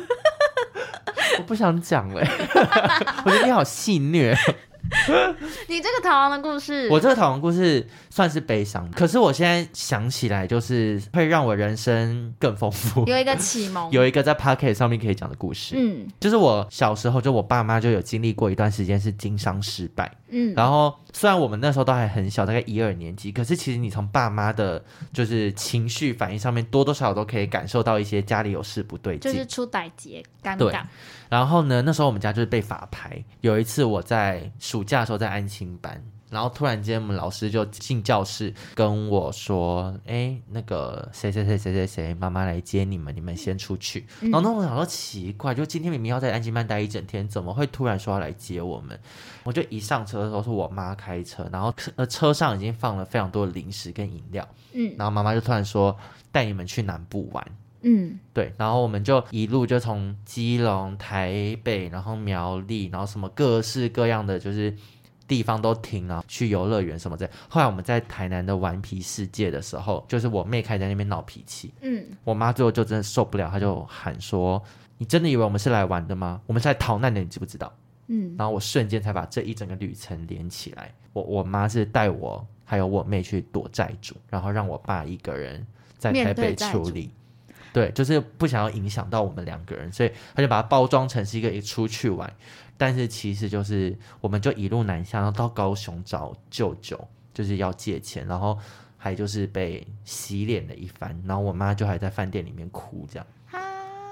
[SPEAKER 1] 咦！
[SPEAKER 2] 我不想讲了， <laughs> 我觉得你好戏虐。
[SPEAKER 1] 你这个逃亡的故事，
[SPEAKER 2] 我这个逃亡故事算是悲伤的，可是我现在想起来，就是会让我人生更丰富。
[SPEAKER 1] 有一个启蒙，
[SPEAKER 2] 有一个在 Pocket 上面可以讲的故事，
[SPEAKER 1] 嗯
[SPEAKER 2] 就是我小时候，就我爸妈就有经历过一段时间是经商失败。
[SPEAKER 1] 嗯，
[SPEAKER 2] 然后虽然我们那时候都还很小，大概一二年级，可是其实你从爸妈的就是情绪反应上面，多多少少都可以感受到一些家里有事不对
[SPEAKER 1] 就
[SPEAKER 2] 劲。
[SPEAKER 1] 是出歹劫，尴
[SPEAKER 2] 对
[SPEAKER 1] 尬，
[SPEAKER 2] 然后呢，那时候我们家就是被法拍。有一次我在暑假的时候在安亲班，然后突然间我们老师就进教室跟我说：“哎，那个谁谁谁谁谁谁，妈妈来接你们，你们先出去。然后那我想说奇怪，就今天明明要在安亲班待一整天，怎么会突然说哎要来接我们？我就一上车的时候是我妈开车，然后车呃车上已经放了非常多的零食跟饮料，
[SPEAKER 1] 嗯
[SPEAKER 2] 然后妈妈就突然说带你们去南部玩。
[SPEAKER 1] 嗯
[SPEAKER 2] 对，然后我们就一路就从基隆、台北，然后苗栗，然后什么各式各样的就是地方都停了，去游乐园什么的。后来我们在台南的顽皮世界的时候，就是我妹开始在那边闹脾气，
[SPEAKER 1] 嗯，
[SPEAKER 2] 我妈最后就真的受不了，她就喊说：“你真的以为我们是来玩的吗？我们是来逃难的，你知不知道？”
[SPEAKER 1] 嗯，
[SPEAKER 2] 然后我瞬间才把这一整个旅程连起来。我我妈是带我还有我妹去躲债主，然后让我爸一个人在
[SPEAKER 1] 面
[SPEAKER 2] 台
[SPEAKER 1] 对
[SPEAKER 2] 北
[SPEAKER 1] 债
[SPEAKER 2] 处
[SPEAKER 1] 主
[SPEAKER 2] 理。对，就是不想要影响到我们两个人，所以他就把它包装成是一个一出去玩，但是其实就是我们就一路南下，然后到高雄找舅舅，就是要借钱，然后还就是被洗脸了一番，然后我妈就还在饭店里面哭这样。
[SPEAKER 1] 哈，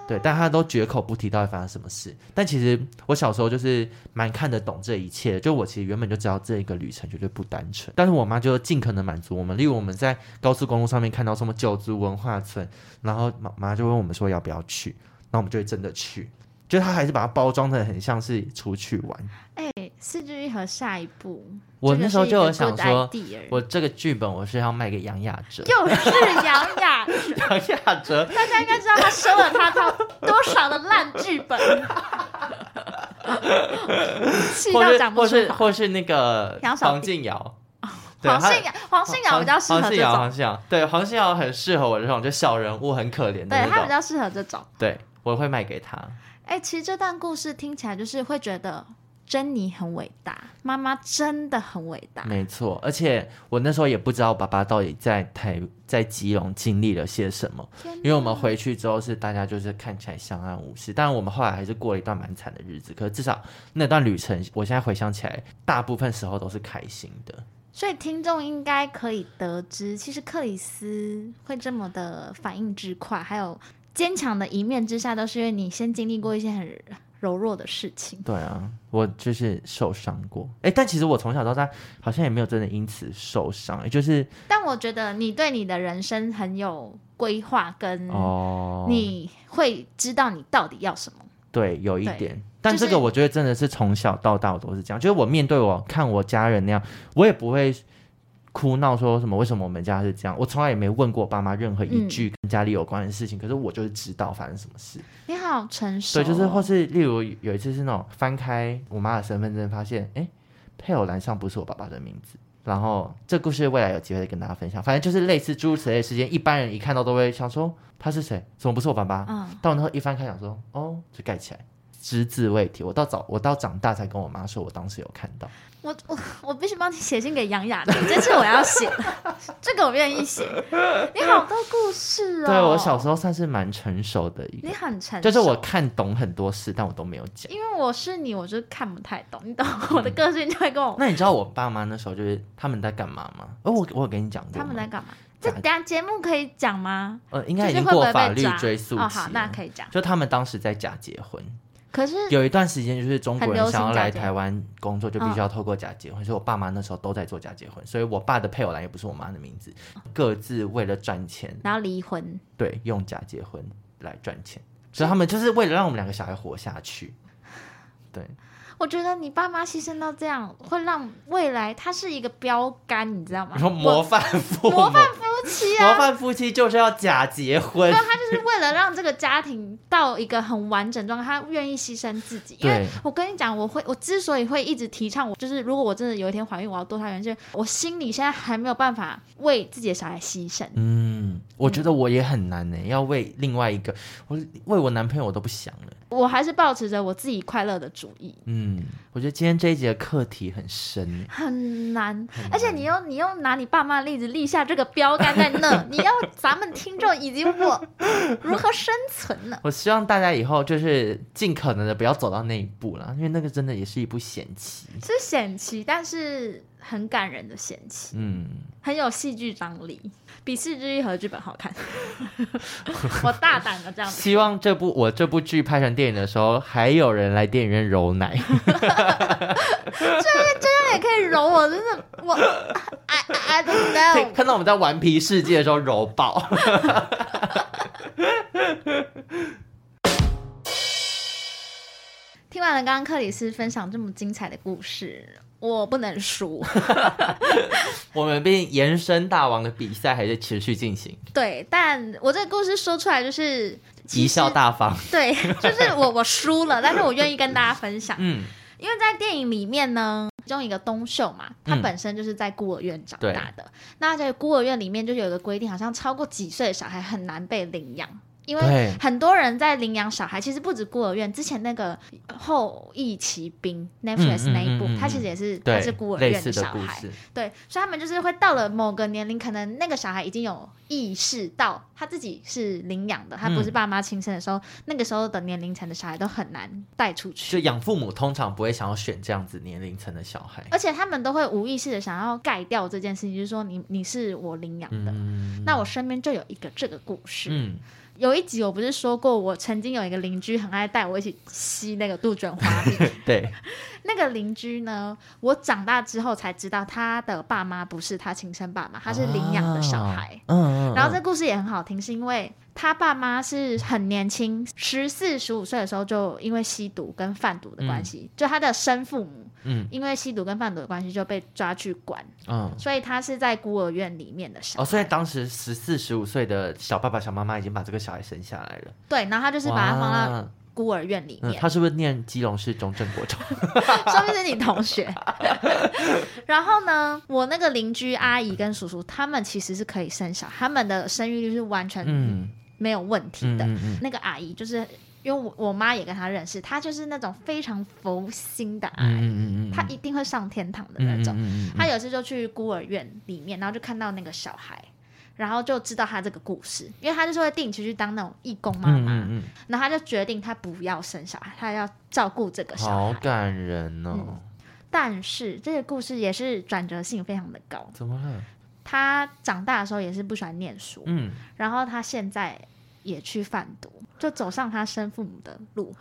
[SPEAKER 2] 对，但他都绝口不提到底发生什么事。但其实我小时候就是蛮看得懂这一切的，就我其实原本就知道这一个旅程绝对不单纯，但是嗯我妈就尽可能满足我们。例如我们在高速公路上面看到什么九族文化村，然后妈妈就问我们说要不要去，那我们就会真的去。就她还是把它包装的很像是出去玩。
[SPEAKER 1] 哎，四之愈合下一步，
[SPEAKER 2] 我
[SPEAKER 1] 这个
[SPEAKER 2] 那时候
[SPEAKER 1] 是一
[SPEAKER 2] 就
[SPEAKER 1] 个
[SPEAKER 2] 有想
[SPEAKER 1] good
[SPEAKER 2] 说
[SPEAKER 1] idea
[SPEAKER 2] 我这个剧本我是要卖给杨雅哲，
[SPEAKER 1] 又是杨雅，
[SPEAKER 2] 杨雅哲
[SPEAKER 1] 大家应该知道他收了他他多少的烂剧
[SPEAKER 2] <laughs>
[SPEAKER 1] 本，气
[SPEAKER 2] 或
[SPEAKER 1] 到
[SPEAKER 2] 是
[SPEAKER 1] 讲不
[SPEAKER 2] 或
[SPEAKER 1] 出
[SPEAKER 2] 是
[SPEAKER 1] 话。
[SPEAKER 2] 或是那个
[SPEAKER 1] <laughs> 杨小
[SPEAKER 2] 黄
[SPEAKER 1] 碧
[SPEAKER 2] 静瑶，对
[SPEAKER 1] 黄
[SPEAKER 2] 她
[SPEAKER 1] 信尧，黄信尧比较适合
[SPEAKER 2] 黄信
[SPEAKER 1] 这
[SPEAKER 2] 尧，
[SPEAKER 1] 种，
[SPEAKER 2] 黄信尧，对，黄信尧很适合我这种就小人物很可怜的
[SPEAKER 1] 对
[SPEAKER 2] 那
[SPEAKER 1] 他比
[SPEAKER 2] 种，
[SPEAKER 1] 较适合这种。
[SPEAKER 2] 对我会卖给他。
[SPEAKER 1] 哎，其实这段故事听起来就是会觉得珍妮很伟大，妈妈真的很伟大。
[SPEAKER 2] 没错，而且我那时候也不知道我爸爸到底在台在基隆经历了些什么，
[SPEAKER 1] 天
[SPEAKER 2] 因为我们回去之后是大家就是看起来相安无事，但我们后来还是过了一段蛮惨的日子，可是至少那段旅程，我现在回想起来，大部分时候都是开心的。
[SPEAKER 1] 所以听众应该可以得知，其实克里斯会这么的反应之快，还有坚强的一面之下，都是因为你先经历过一些很柔弱的事情。
[SPEAKER 2] 对啊，我就是受伤过，哎，但其实我从小到大好像也没有真的因此受伤，诶就是
[SPEAKER 1] 但我觉得你对你的人生很有规划，跟
[SPEAKER 2] 哦，
[SPEAKER 1] 嗯你会知道你到底要什么。
[SPEAKER 2] 对，有一
[SPEAKER 1] 对
[SPEAKER 2] 点。但
[SPEAKER 1] 就是
[SPEAKER 2] 这个我觉得真的是从小到大我都是这样，就是我面对我看我家人那样，我也不会哭闹说什么为什么我们家是这样，我从来也没问过我爸妈任何一
[SPEAKER 1] 嗯
[SPEAKER 2] 句跟家里有关的事情，可是我就是知道发生什么事。
[SPEAKER 1] 你好成熟
[SPEAKER 2] 对，
[SPEAKER 1] 哦，
[SPEAKER 2] 就是或是例如有一次是那种翻开我妈的身份证，发现哎，配偶栏上不是我爸爸的名字。然后这故事未来有机会跟大家分享，反正就是类似诸如此类的事件，一般人一看到都会想说他是谁，怎么不是我爸爸？
[SPEAKER 1] 嗯，
[SPEAKER 2] 到那时候一翻开，想说哦，就盖起来，只字未提。我到早，我到长大才跟我妈说，我当时有看到。
[SPEAKER 1] 我我我必须帮你写信给杨雅婷，这次我要写， <laughs> 这个我愿意写。你好多故事哦，
[SPEAKER 2] 对我小时候算是蛮成熟的一个
[SPEAKER 1] 你，很成熟，
[SPEAKER 2] 就是我看懂很多事，但我都没有讲。
[SPEAKER 1] 因为我是你，我就看不太懂，你懂我的个性就会跟我
[SPEAKER 2] 嗯那你知道我爸妈那时候就是他们在干嘛吗？哦，我我有跟你讲过
[SPEAKER 1] 他
[SPEAKER 2] 吗，
[SPEAKER 1] 们在干嘛？这
[SPEAKER 2] 假
[SPEAKER 1] 等下节目可以讲吗？
[SPEAKER 2] 呃，应
[SPEAKER 1] 应
[SPEAKER 2] 该已经过法律追溯期了。
[SPEAKER 1] 哦，好，那可以讲。
[SPEAKER 2] 就他们当时在假结婚，
[SPEAKER 1] 可是
[SPEAKER 2] 有一段时间就是中国
[SPEAKER 1] 很流
[SPEAKER 2] 人
[SPEAKER 1] 行
[SPEAKER 2] 想要来
[SPEAKER 1] 假结嗯
[SPEAKER 2] 台湾工作，就必须要透过假结婚，所以我爸妈那时候都在做假结婚，所以我爸的配偶栏也不是我妈的名字，
[SPEAKER 1] 嗯
[SPEAKER 2] 各自为了赚钱
[SPEAKER 1] 然后离婚，
[SPEAKER 2] 对，用假结婚来赚钱，所以他们就是为了让我们两个小孩活
[SPEAKER 1] <laughs>
[SPEAKER 2] 下去。对，
[SPEAKER 1] 我觉得你爸妈牺牲到这样，会让未来他是一个标杆，你知道吗
[SPEAKER 2] 然？后模范父母，
[SPEAKER 1] 模范夫
[SPEAKER 2] <laughs>
[SPEAKER 1] 夫妻
[SPEAKER 2] 模
[SPEAKER 1] 啊。
[SPEAKER 2] 范夫妻就是要假结婚
[SPEAKER 1] 没有，，他就是为了让这个家庭到一个很完整状态，他愿意牺牲自己。因为
[SPEAKER 2] 对
[SPEAKER 1] 我跟你讲，我会，我之所以会一直提倡，我就是如果我真的有一天怀孕，我要堕胎原因是我心里现在还没有办法为自己的小孩牺牲。
[SPEAKER 2] 嗯，我觉得我也很难呢、要为另外一个，我为我男朋友我都不想了。
[SPEAKER 1] 我还是保持着我自己快乐的主义，
[SPEAKER 2] 嗯，我觉得今天这一集的课题很深，
[SPEAKER 1] 很难。而且你又你又拿你爸妈的例子立下这个标杆在 <laughs> 那，你要咱们听众以及我如何生存呢？
[SPEAKER 2] 我希望大家以后就是尽可能的不要走到那一步啦，因为那个真的也是一步险棋。
[SPEAKER 1] 是险棋，但是很感人的险棋，
[SPEAKER 2] 嗯，
[SPEAKER 1] 很有戏剧张力，比《四之愈合》剧本好 <laughs> 看。我大胆的这样子，
[SPEAKER 2] 希望这部我这部剧拍成电影的时候，还有人来电影院揉
[SPEAKER 1] <laughs>
[SPEAKER 2] 奶。 <laughs>
[SPEAKER 1] 这样也可以揉我，真的我 I I don't
[SPEAKER 2] 看
[SPEAKER 1] know。
[SPEAKER 2] 看到我们在顽皮世界的时候揉爆。 <laughs>
[SPEAKER 1] 听完了刚刚克里斯分享这么精彩的故事，我不能输。
[SPEAKER 2] 我们毕竟延伸大王的比赛还是持续进行，
[SPEAKER 1] 对，但我这个故事说出来就是
[SPEAKER 2] 贻笑。
[SPEAKER 1] <laughs>
[SPEAKER 2] 大方。
[SPEAKER 1] 其实
[SPEAKER 2] <laughs>
[SPEAKER 1] 对，就是我我输了，但是我愿意跟大家分享，
[SPEAKER 2] 嗯，
[SPEAKER 1] 因为在电影里面呢，其中一个东秀嘛，他
[SPEAKER 2] 嗯
[SPEAKER 1] 本身就是在孤儿院长大的。那在孤儿院里面就有一个规定，好像超过几岁的小孩很难被领养。因为
[SPEAKER 2] 对
[SPEAKER 1] 很多人在领养小孩，其实不止孤儿院，之前那个《后羿骑兵》Netflix 那一部，
[SPEAKER 2] 嗯嗯嗯
[SPEAKER 1] 他其实也是他
[SPEAKER 2] 对，
[SPEAKER 1] 是孤儿
[SPEAKER 2] 类
[SPEAKER 1] 院
[SPEAKER 2] 似的
[SPEAKER 1] 小
[SPEAKER 2] 故
[SPEAKER 1] 孩，
[SPEAKER 2] 事，
[SPEAKER 1] 对，所以他们就是会到了某个年龄，可能那个小孩已经有意识到他自己是领养的，他不是
[SPEAKER 2] 嗯
[SPEAKER 1] 爸妈亲生的时候，那个时候的年龄层的小孩都很难带出去，
[SPEAKER 2] 就养父母通常不会想要选这样子年龄层的小孩。
[SPEAKER 1] 而且他们都会无意识的想要盖掉这件事情，就是说你你是我领养的。
[SPEAKER 2] 嗯
[SPEAKER 1] 那我身边就有一个这个故事， <laughs>
[SPEAKER 2] 嗯，
[SPEAKER 1] 有一集我不是说过，我曾经有一个邻居很爱带我一起吸那个杜鹃花
[SPEAKER 2] <laughs>
[SPEAKER 1] 蜜，
[SPEAKER 2] 对，
[SPEAKER 1] 那个邻居呢，我长大之后才知道他的爸妈不是他亲生爸妈，他是领养的小孩。
[SPEAKER 2] 啊。嗯嗯，
[SPEAKER 1] 然后这故事也很好听，是因为他爸妈是很年轻，十四十五岁的时候就因为吸毒跟贩毒的关系，就他的生父母，
[SPEAKER 2] 嗯
[SPEAKER 1] 因为吸毒跟贩毒的关系就被抓去关，
[SPEAKER 2] 嗯。
[SPEAKER 1] 所以他是在孤儿院里面的小孩。
[SPEAKER 2] 哦，所以当时十四、十五岁的小爸爸、小妈妈已经把这个小孩生下来了，
[SPEAKER 1] 对，然后他就是把他放到
[SPEAKER 2] 哇
[SPEAKER 1] 孤儿院里
[SPEAKER 2] 嗯 <laughs>
[SPEAKER 1] 面，
[SPEAKER 2] 他是不是念基隆市中正国中？
[SPEAKER 1] 说明是你同学。 <laughs> 然后呢，我那个邻居阿姨跟叔叔，他们其实是可以生小孩，他们的生育率是完全
[SPEAKER 2] 嗯，
[SPEAKER 1] 没有问题
[SPEAKER 2] 嗯
[SPEAKER 1] 的。
[SPEAKER 2] 嗯嗯
[SPEAKER 1] 那个阿姨就是因为我我妈也跟她认识，她就是那种非常佛心的阿
[SPEAKER 2] 嗯
[SPEAKER 1] 姨，
[SPEAKER 2] 嗯嗯嗯，
[SPEAKER 1] 她一定会上天堂的那种。
[SPEAKER 2] 嗯嗯嗯嗯
[SPEAKER 1] 她有一次就去孤儿院里面，然后就看到那个小孩。然后就知道她这个故事，因为她就是会定期去当那种义工妈
[SPEAKER 2] 嗯
[SPEAKER 1] 妈，
[SPEAKER 2] 嗯嗯，
[SPEAKER 1] 然后她就决定她不要生小孩，她要照顾这个小孩。
[SPEAKER 2] 好感人哦！
[SPEAKER 1] 但是这个故事也是转折性非常的高。
[SPEAKER 2] 怎么了？
[SPEAKER 1] 他长大的时候也是不喜欢念书，
[SPEAKER 2] 嗯，
[SPEAKER 1] 然后他现在也去贩毒，就走上他生父母的
[SPEAKER 2] <gasps>
[SPEAKER 1] 路。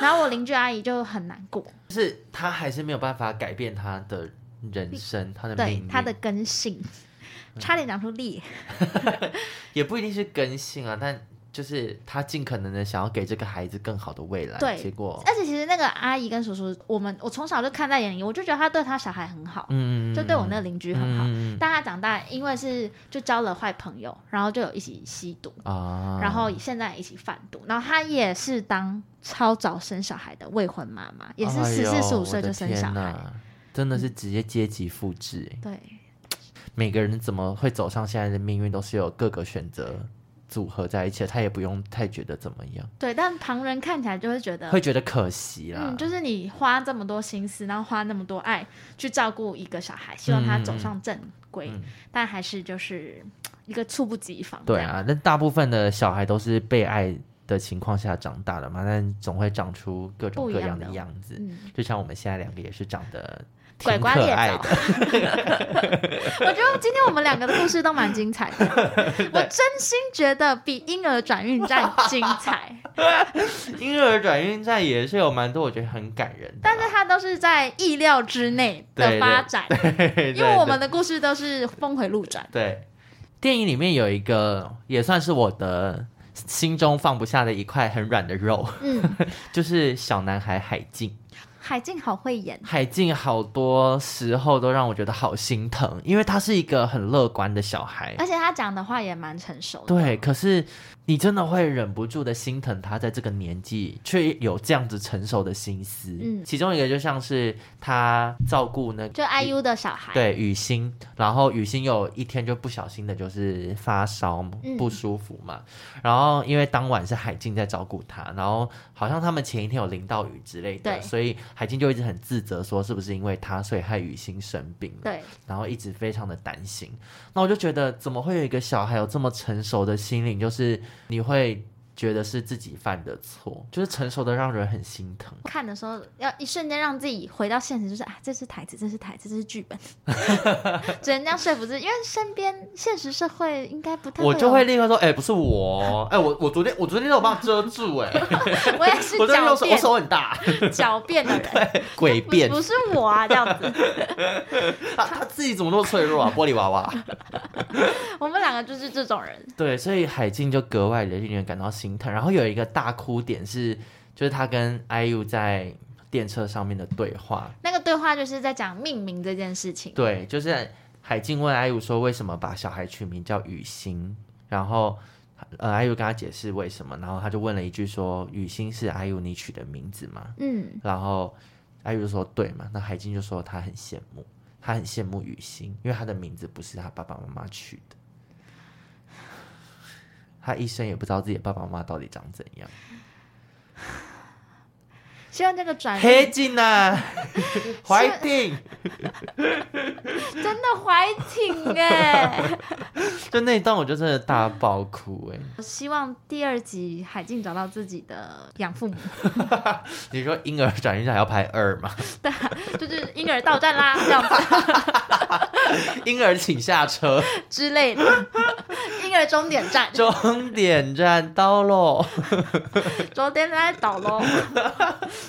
[SPEAKER 1] 然后我邻居阿姨就很难过，
[SPEAKER 2] 就是他还是没有办法改变他的人生，他的命嗯
[SPEAKER 1] 对
[SPEAKER 2] 运，
[SPEAKER 1] 他的根性，差点讲出力。
[SPEAKER 2] 也不一定是根性啊，但就是他尽可能的想要给这个孩子更好的未来，
[SPEAKER 1] 对
[SPEAKER 2] 啊结果，
[SPEAKER 1] 而且其实那个阿姨跟叔叔，我们我从小就看在眼里，我就觉得他对他小孩很好，
[SPEAKER 2] 嗯，嗯
[SPEAKER 1] 就对我那个邻居很好。
[SPEAKER 2] 嗯嗯
[SPEAKER 1] 但他长大，因为是就交了坏朋友，然后就有一起吸毒，
[SPEAKER 2] 嗯啊，
[SPEAKER 1] 然后现在一起贩毒，然后她也是当超早生小孩的未婚妈妈，也是
[SPEAKER 2] 哎
[SPEAKER 1] 十
[SPEAKER 2] 呦
[SPEAKER 1] 四十五岁
[SPEAKER 2] 我的
[SPEAKER 1] 就生小
[SPEAKER 2] 天
[SPEAKER 1] 孩。嗯
[SPEAKER 2] 哪真的是直接阶级复制欸。
[SPEAKER 1] 对，
[SPEAKER 2] 每个人怎么会走上现在的命运，都是有各个选择组合在一起的，他也不用太觉得怎么样，
[SPEAKER 1] 对，但旁人看起来就会觉得，
[SPEAKER 2] 会觉得可惜啦。
[SPEAKER 1] 嗯，就是你花这么多心思，然后花那么多爱去照顾一个小孩，希望他
[SPEAKER 2] 嗯
[SPEAKER 1] 走上正轨，但还是就是嘖一个猝不及防。
[SPEAKER 2] 对，啊，那大部分的小孩都是被爱的情况下长大的嘛，但总会长出各种
[SPEAKER 1] 不一
[SPEAKER 2] 各
[SPEAKER 1] 样
[SPEAKER 2] 样的
[SPEAKER 1] 的
[SPEAKER 2] 样子。
[SPEAKER 1] 嗯，
[SPEAKER 2] 就像我们现在两个也是长
[SPEAKER 1] <laughs>
[SPEAKER 2] 得
[SPEAKER 1] 拐
[SPEAKER 2] 挺
[SPEAKER 1] 瓜
[SPEAKER 2] 可
[SPEAKER 1] 裂
[SPEAKER 2] 爱
[SPEAKER 1] 枣。
[SPEAKER 2] 的，
[SPEAKER 1] 我觉得今 <laughs> 天我们两个的故事都蛮精彩
[SPEAKER 2] <laughs>
[SPEAKER 1] 的，我真心觉得比婴儿转运
[SPEAKER 2] <laughs>
[SPEAKER 1] 站精彩。
[SPEAKER 2] 婴儿转运站也是有蛮多我觉得很感人的啦，
[SPEAKER 1] 但
[SPEAKER 2] <laughs>
[SPEAKER 1] 是它都是在意料之内的发展，
[SPEAKER 2] 是
[SPEAKER 1] 因为我们的故事都是峰回路转。
[SPEAKER 2] 对，电影里面有一个也算是我的 <laughs> 心中放不下的一块很软的肉，
[SPEAKER 1] 嗯，
[SPEAKER 2] 就是小男孩海静。
[SPEAKER 1] 海静好会演，
[SPEAKER 2] 海静好多时候都让我觉得好心疼，因为他是一个很乐观的小孩。
[SPEAKER 1] 而且他讲的话也蛮成熟的。
[SPEAKER 2] 对，可是你真的会忍不住的心疼他，在这个年纪却有这样子成熟的心思。
[SPEAKER 1] 嗯
[SPEAKER 2] 其中一个就像是他照顾那个
[SPEAKER 1] 就 IU 的小孩，
[SPEAKER 2] 对雨欣，然后雨欣有一天就不小心的就是发烧
[SPEAKER 1] 嗯
[SPEAKER 2] 不舒服嘛，然后因为当晚是海静在照顾她，然后好像他们前一天有淋到雨之类的，
[SPEAKER 1] 对
[SPEAKER 2] 所以海静就一直很自责，说是不是因为她所以害雨欣生病了，
[SPEAKER 1] 对
[SPEAKER 2] 然后一直非常的担心。那我就觉得怎么会有一个小孩有这么成熟的心灵，就是你会觉得是自己犯的错，就是成熟的让人很心疼。
[SPEAKER 1] 看的时候要一瞬间让自己回到现实，就是啊，这是台词，这是台词，这是
[SPEAKER 2] <laughs>
[SPEAKER 1] 剧本，只能这样说服自己，因为身边现实社会应该不太有。
[SPEAKER 2] 我就 <laughs> 会立刻说，哎、不是我哦，哎、我我昨天我昨天都有帮他遮住、哎，
[SPEAKER 1] 我也是
[SPEAKER 2] 我昨天
[SPEAKER 1] 狡
[SPEAKER 2] 用手我
[SPEAKER 1] 辩
[SPEAKER 2] 手很 <laughs> 大，
[SPEAKER 1] 狡辩的
[SPEAKER 2] <laughs>
[SPEAKER 1] 人，
[SPEAKER 2] 诡辩
[SPEAKER 1] 不，不是我啊，这样
[SPEAKER 2] <laughs>
[SPEAKER 1] 子，
[SPEAKER 2] 他他自己怎么那么脆弱 <laughs> 啊，玻璃娃娃。
[SPEAKER 1] 我们两个就是这种人，
[SPEAKER 2] 对，所以海静就格外的令人感到心疼。然后有一个大哭点是，就是他跟 IU 在电车上面的对话，
[SPEAKER 1] 那个对话就是在讲命名这件事情。
[SPEAKER 2] 对，就是海静问艾如说为什么把小孩取名叫雨欣，然后呃艾如跟他解释为什么，然后他就问了一句说雨欣是艾如你取的名字吗？
[SPEAKER 1] 嗯，
[SPEAKER 2] 然后艾如说对嘛，那海静就说他很羡慕，他很羡慕雨欣，因为他的名字不是他爸爸妈妈取的。他一生也不知道自己的爸爸妈妈到底长怎样。
[SPEAKER 1] 希望这个转
[SPEAKER 2] 黑静啊，怀定，
[SPEAKER 1] 真的怀挺哎，
[SPEAKER 2] 就那一段我就真的大爆哭哎、
[SPEAKER 1] 我 <laughs> 希望第二集海静找到自己的养父母，
[SPEAKER 2] 你说婴儿转运站还要排二吗？
[SPEAKER 1] 就是婴儿到站
[SPEAKER 2] <laughs>
[SPEAKER 1] 啦，这样子。
[SPEAKER 2] 婴儿请下车，
[SPEAKER 1] 之类的，婴儿终点站，
[SPEAKER 2] 终点站到喽。
[SPEAKER 1] 终点站倒喽，终
[SPEAKER 2] <laughs>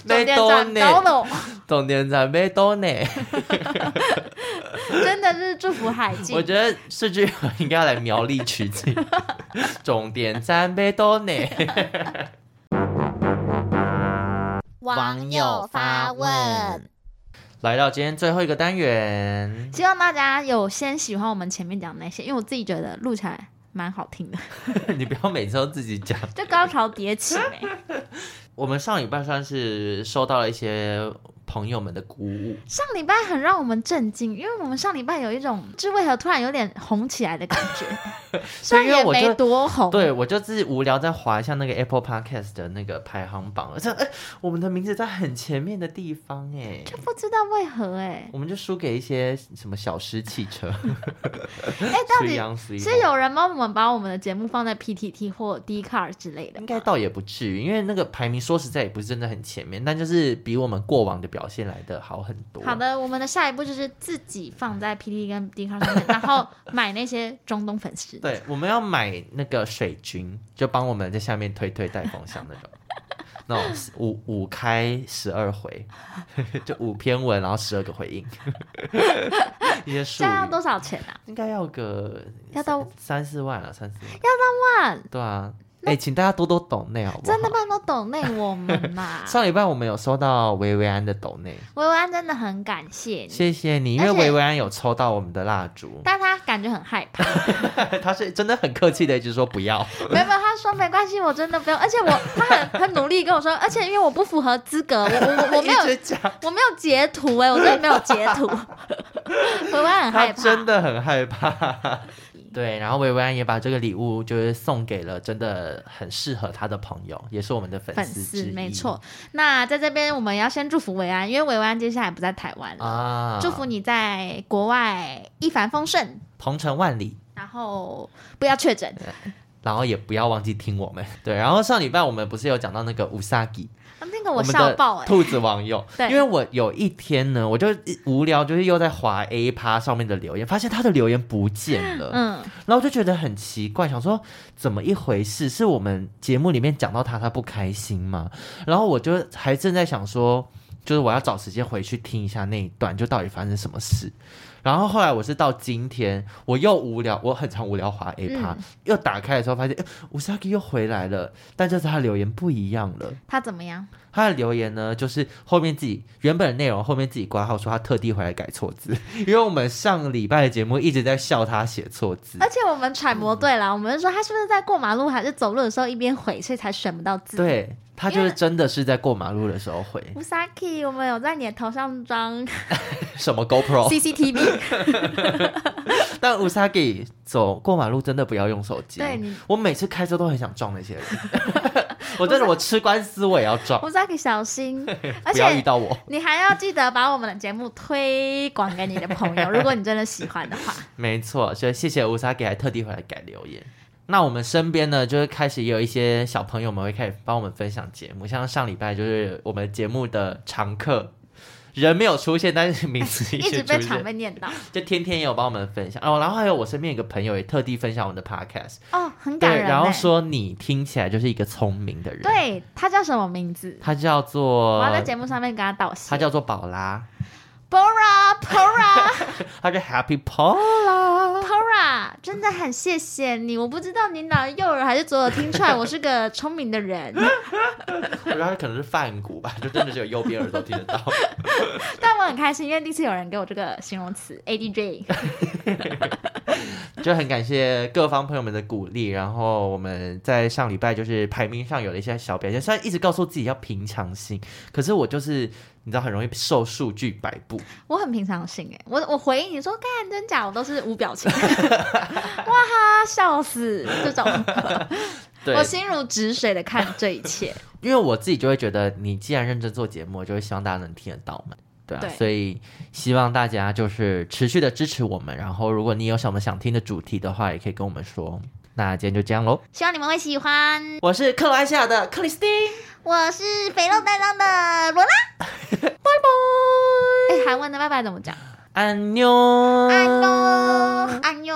[SPEAKER 2] 被
[SPEAKER 1] 点
[SPEAKER 2] 多
[SPEAKER 1] 站
[SPEAKER 2] 呢，
[SPEAKER 1] 倒喽，
[SPEAKER 2] 终点站被多呢。
[SPEAKER 1] 真的是祝福海
[SPEAKER 2] 我
[SPEAKER 1] 静。
[SPEAKER 2] 觉得世俊应该要来苗栗取景。终点站被多呢。
[SPEAKER 3] <laughs> 网友发问，
[SPEAKER 2] 来到今天最后一个单元， <laughs>
[SPEAKER 1] 希望大家有先喜欢我们前面讲的那些，因为我自己觉得录起来蛮好听的，
[SPEAKER 2] 你不要每次都自己讲。
[SPEAKER 1] 就高潮迭起呗、
[SPEAKER 2] 我们上礼拜算是收到了一些朋友们的鼓舞，
[SPEAKER 1] <laughs> 上礼拜很让我们震惊，因为我们上礼拜有一种是为何突然有点红起来的感觉，虽然
[SPEAKER 2] <laughs> 对因为
[SPEAKER 1] 也
[SPEAKER 2] 我就
[SPEAKER 1] 没多
[SPEAKER 3] 哦
[SPEAKER 1] 红，
[SPEAKER 2] 对，我就自己无聊在划一下那个 Apple Podcast 的那个排行榜，而且哎，我们的名字在很前面的地方哎，
[SPEAKER 1] 就不知道为何哎、
[SPEAKER 2] 我们就输给一些什么小狮汽车，
[SPEAKER 1] 哎、到
[SPEAKER 2] 水
[SPEAKER 1] 底
[SPEAKER 2] 羊水
[SPEAKER 1] 是有人帮我们把我们的节目放在 PTT 或 d c a r 之类的吗？
[SPEAKER 2] 应该倒也不至于，因为那个排名说实在也不是真的很前面，但就是比我们过往的表现来的好很多。
[SPEAKER 1] 好，的，我们的下一步就是自己放在 PT 跟 d 卡上面，然
[SPEAKER 2] <laughs>
[SPEAKER 1] 后买那些中东粉丝。
[SPEAKER 2] 对，我们要买那个水军，就帮我们在下面推推带风向那种。那种五五开十二回， <laughs> 就五篇文，然后十二个回应， <laughs> 一些术
[SPEAKER 1] 这样要
[SPEAKER 2] 语。
[SPEAKER 1] 多少钱啊？
[SPEAKER 2] 应该要个
[SPEAKER 1] 要到
[SPEAKER 2] 三四万了，啊三四万，
[SPEAKER 1] 万，
[SPEAKER 2] 对啊。哎、请大家多多抖内好不好？。
[SPEAKER 1] 真的不能抖内我们啦
[SPEAKER 2] <laughs> 上礼拜我们有收到薇薇安的抖内，
[SPEAKER 1] 薇薇安真的很感谢你，
[SPEAKER 2] 谢谢你，因为
[SPEAKER 1] 而且
[SPEAKER 2] 薇薇安有抽到我们的蜡烛，
[SPEAKER 1] 但他感觉很害怕。
[SPEAKER 2] <laughs> 她是真的很客气的，一直说不要。
[SPEAKER 1] 没有，没有，他说没关系，我真的不用。而且我他很很努力跟我说，而且因为我不符合资格，我我我没有
[SPEAKER 2] <laughs> 一直讲，
[SPEAKER 1] 我没有截图哎、我真的没有截
[SPEAKER 2] <laughs>
[SPEAKER 1] 图。薇薇安很
[SPEAKER 2] 她
[SPEAKER 1] 害
[SPEAKER 2] 真
[SPEAKER 1] 怕，
[SPEAKER 2] 的很害怕。 <laughs> 对，然后薇薇安也把这个礼物就是送给了真的很适合她的朋友，也是我们的粉
[SPEAKER 1] 粉
[SPEAKER 2] 丝之
[SPEAKER 1] 丝
[SPEAKER 2] 一。
[SPEAKER 1] 没错。那在这边我们要先祝福薇安，因为薇薇安接下来不在台湾了。
[SPEAKER 2] 啊，
[SPEAKER 1] 祝福你在国外一帆风顺，
[SPEAKER 2] 鹏程万里。
[SPEAKER 1] 然后不要确诊。
[SPEAKER 2] 然后也不要忘记听我们。对，然后上礼拜我们不是有讲到那个五萨吉，
[SPEAKER 1] 啊那个哦
[SPEAKER 2] 我
[SPEAKER 1] 我
[SPEAKER 2] 们
[SPEAKER 1] 笑
[SPEAKER 2] 的
[SPEAKER 1] 爆哎、
[SPEAKER 2] 兔子网友
[SPEAKER 1] <laughs> ，对
[SPEAKER 2] 因为我有一天呢，我就一无聊，就是又在滑 A 趴上面的留言，发现他的留言不见了，
[SPEAKER 1] 嗯，
[SPEAKER 2] 然后我就觉得很奇怪，想说怎么一回事？是我们节目里面讲到他，他不开心吗？然后我就还正在想说。就是我要找时间回去听一下那一段，就到底发生什么事。然后后来我是到今天，我又无聊，我很常无聊滑 A 趴、又打开的时候发现，哎、五十 K 又回来了，但这次他留言不一样了。
[SPEAKER 1] 他怎么样？
[SPEAKER 2] 他的留言呢，就是后面自己原本的内容后面自己挂号说他特地回来改错字，因为我们上礼拜的节目一直在笑他写错字
[SPEAKER 1] 而。且我们揣
[SPEAKER 2] 嗯
[SPEAKER 1] 摩对了，我们就说他是不是在过马路还是走路的时候一边回，所以才选不到字。
[SPEAKER 2] 对他就是真的是在过马路的时候回 <laughs>
[SPEAKER 1] Usaki，我们有在你的头上装
[SPEAKER 2] 什
[SPEAKER 1] <laughs>
[SPEAKER 2] 么 GoPro， <laughs>
[SPEAKER 1] CCTV，
[SPEAKER 2] 但 Usagi 走过马路真的不要用手机。
[SPEAKER 1] 对你
[SPEAKER 2] 我每次开车都很想撞那
[SPEAKER 1] <laughs>
[SPEAKER 2] 些人， <laughs> 我真的我吃官司我也要撞，
[SPEAKER 1] ，Usaki 小心，而
[SPEAKER 2] 不要遇
[SPEAKER 1] 且
[SPEAKER 2] 到我。
[SPEAKER 1] 你还要记得把我们的节目推广给你的朋友，如果你真的喜欢的话。
[SPEAKER 2] 没错，所以谢谢吴莎给还特地回来改留言。那我们身边呢，就是开始也有一些小朋友们会开始帮我们分享节目，像上礼拜就是我们节目的常客，人没有出现，但是名字
[SPEAKER 1] <laughs>
[SPEAKER 2] 一
[SPEAKER 1] 一
[SPEAKER 2] 直
[SPEAKER 1] 直被
[SPEAKER 2] 出
[SPEAKER 1] 场
[SPEAKER 2] 现，
[SPEAKER 1] 被念到，
[SPEAKER 2] 就天天也有帮我们分享哦。然后还有我身边有个朋友也特地分享我们的 podcast，
[SPEAKER 1] 哦，很感
[SPEAKER 2] 对，
[SPEAKER 1] 人、欸。
[SPEAKER 2] 然后说你听起来就是一个聪明的人，，
[SPEAKER 1] 对他叫什么名字？
[SPEAKER 2] 他叫做
[SPEAKER 1] 我要在节目上面跟他道
[SPEAKER 2] 呃
[SPEAKER 1] 谢。
[SPEAKER 2] 他叫做宝拉，
[SPEAKER 1] Bora Bora
[SPEAKER 2] 他叫 Happy Paul，
[SPEAKER 1] Bora，真的很谢谢你。我不知道你哪右耳还是左耳听出来，我是个聪明的
[SPEAKER 2] <laughs>
[SPEAKER 1] 人，
[SPEAKER 2] 我觉得他可能是范骨吧， <laughs> 就真的只有右边耳朵听得到。
[SPEAKER 1] 但我很开心，因为第一次有人给我这个形容词 ADJ。
[SPEAKER 2] <laughs> 就很感谢各方朋友们的鼓励，然后我们在上礼拜就是排名上有了一些小表现，虽然一直告诉自己要平常心，可是我就是你知道很容易受数据摆布，
[SPEAKER 1] 我很平常心哎、我我回应你说干真假，我都是无
[SPEAKER 2] <laughs>
[SPEAKER 1] 表情，哇哈笑死这种，
[SPEAKER 2] 对
[SPEAKER 1] 我心如止水的看这一切。
[SPEAKER 2] 因为我自己就会觉得你既然认真做节目，我就会希望大家能听得到嘛。对啊，
[SPEAKER 1] 对
[SPEAKER 2] 所以希望大家就是持续的支持我们，然后如果你有什么想听的主题的话，也可以跟我们说。那今天就这样喽，
[SPEAKER 1] 希望你们会喜欢，
[SPEAKER 2] 我是克罗埃西亚的克里斯汀，
[SPEAKER 1] 我是肥肉担当的罗拉，拜拜。哎，韩文的拜拜怎么讲？
[SPEAKER 2] 安妞，
[SPEAKER 1] 安妞，安妞。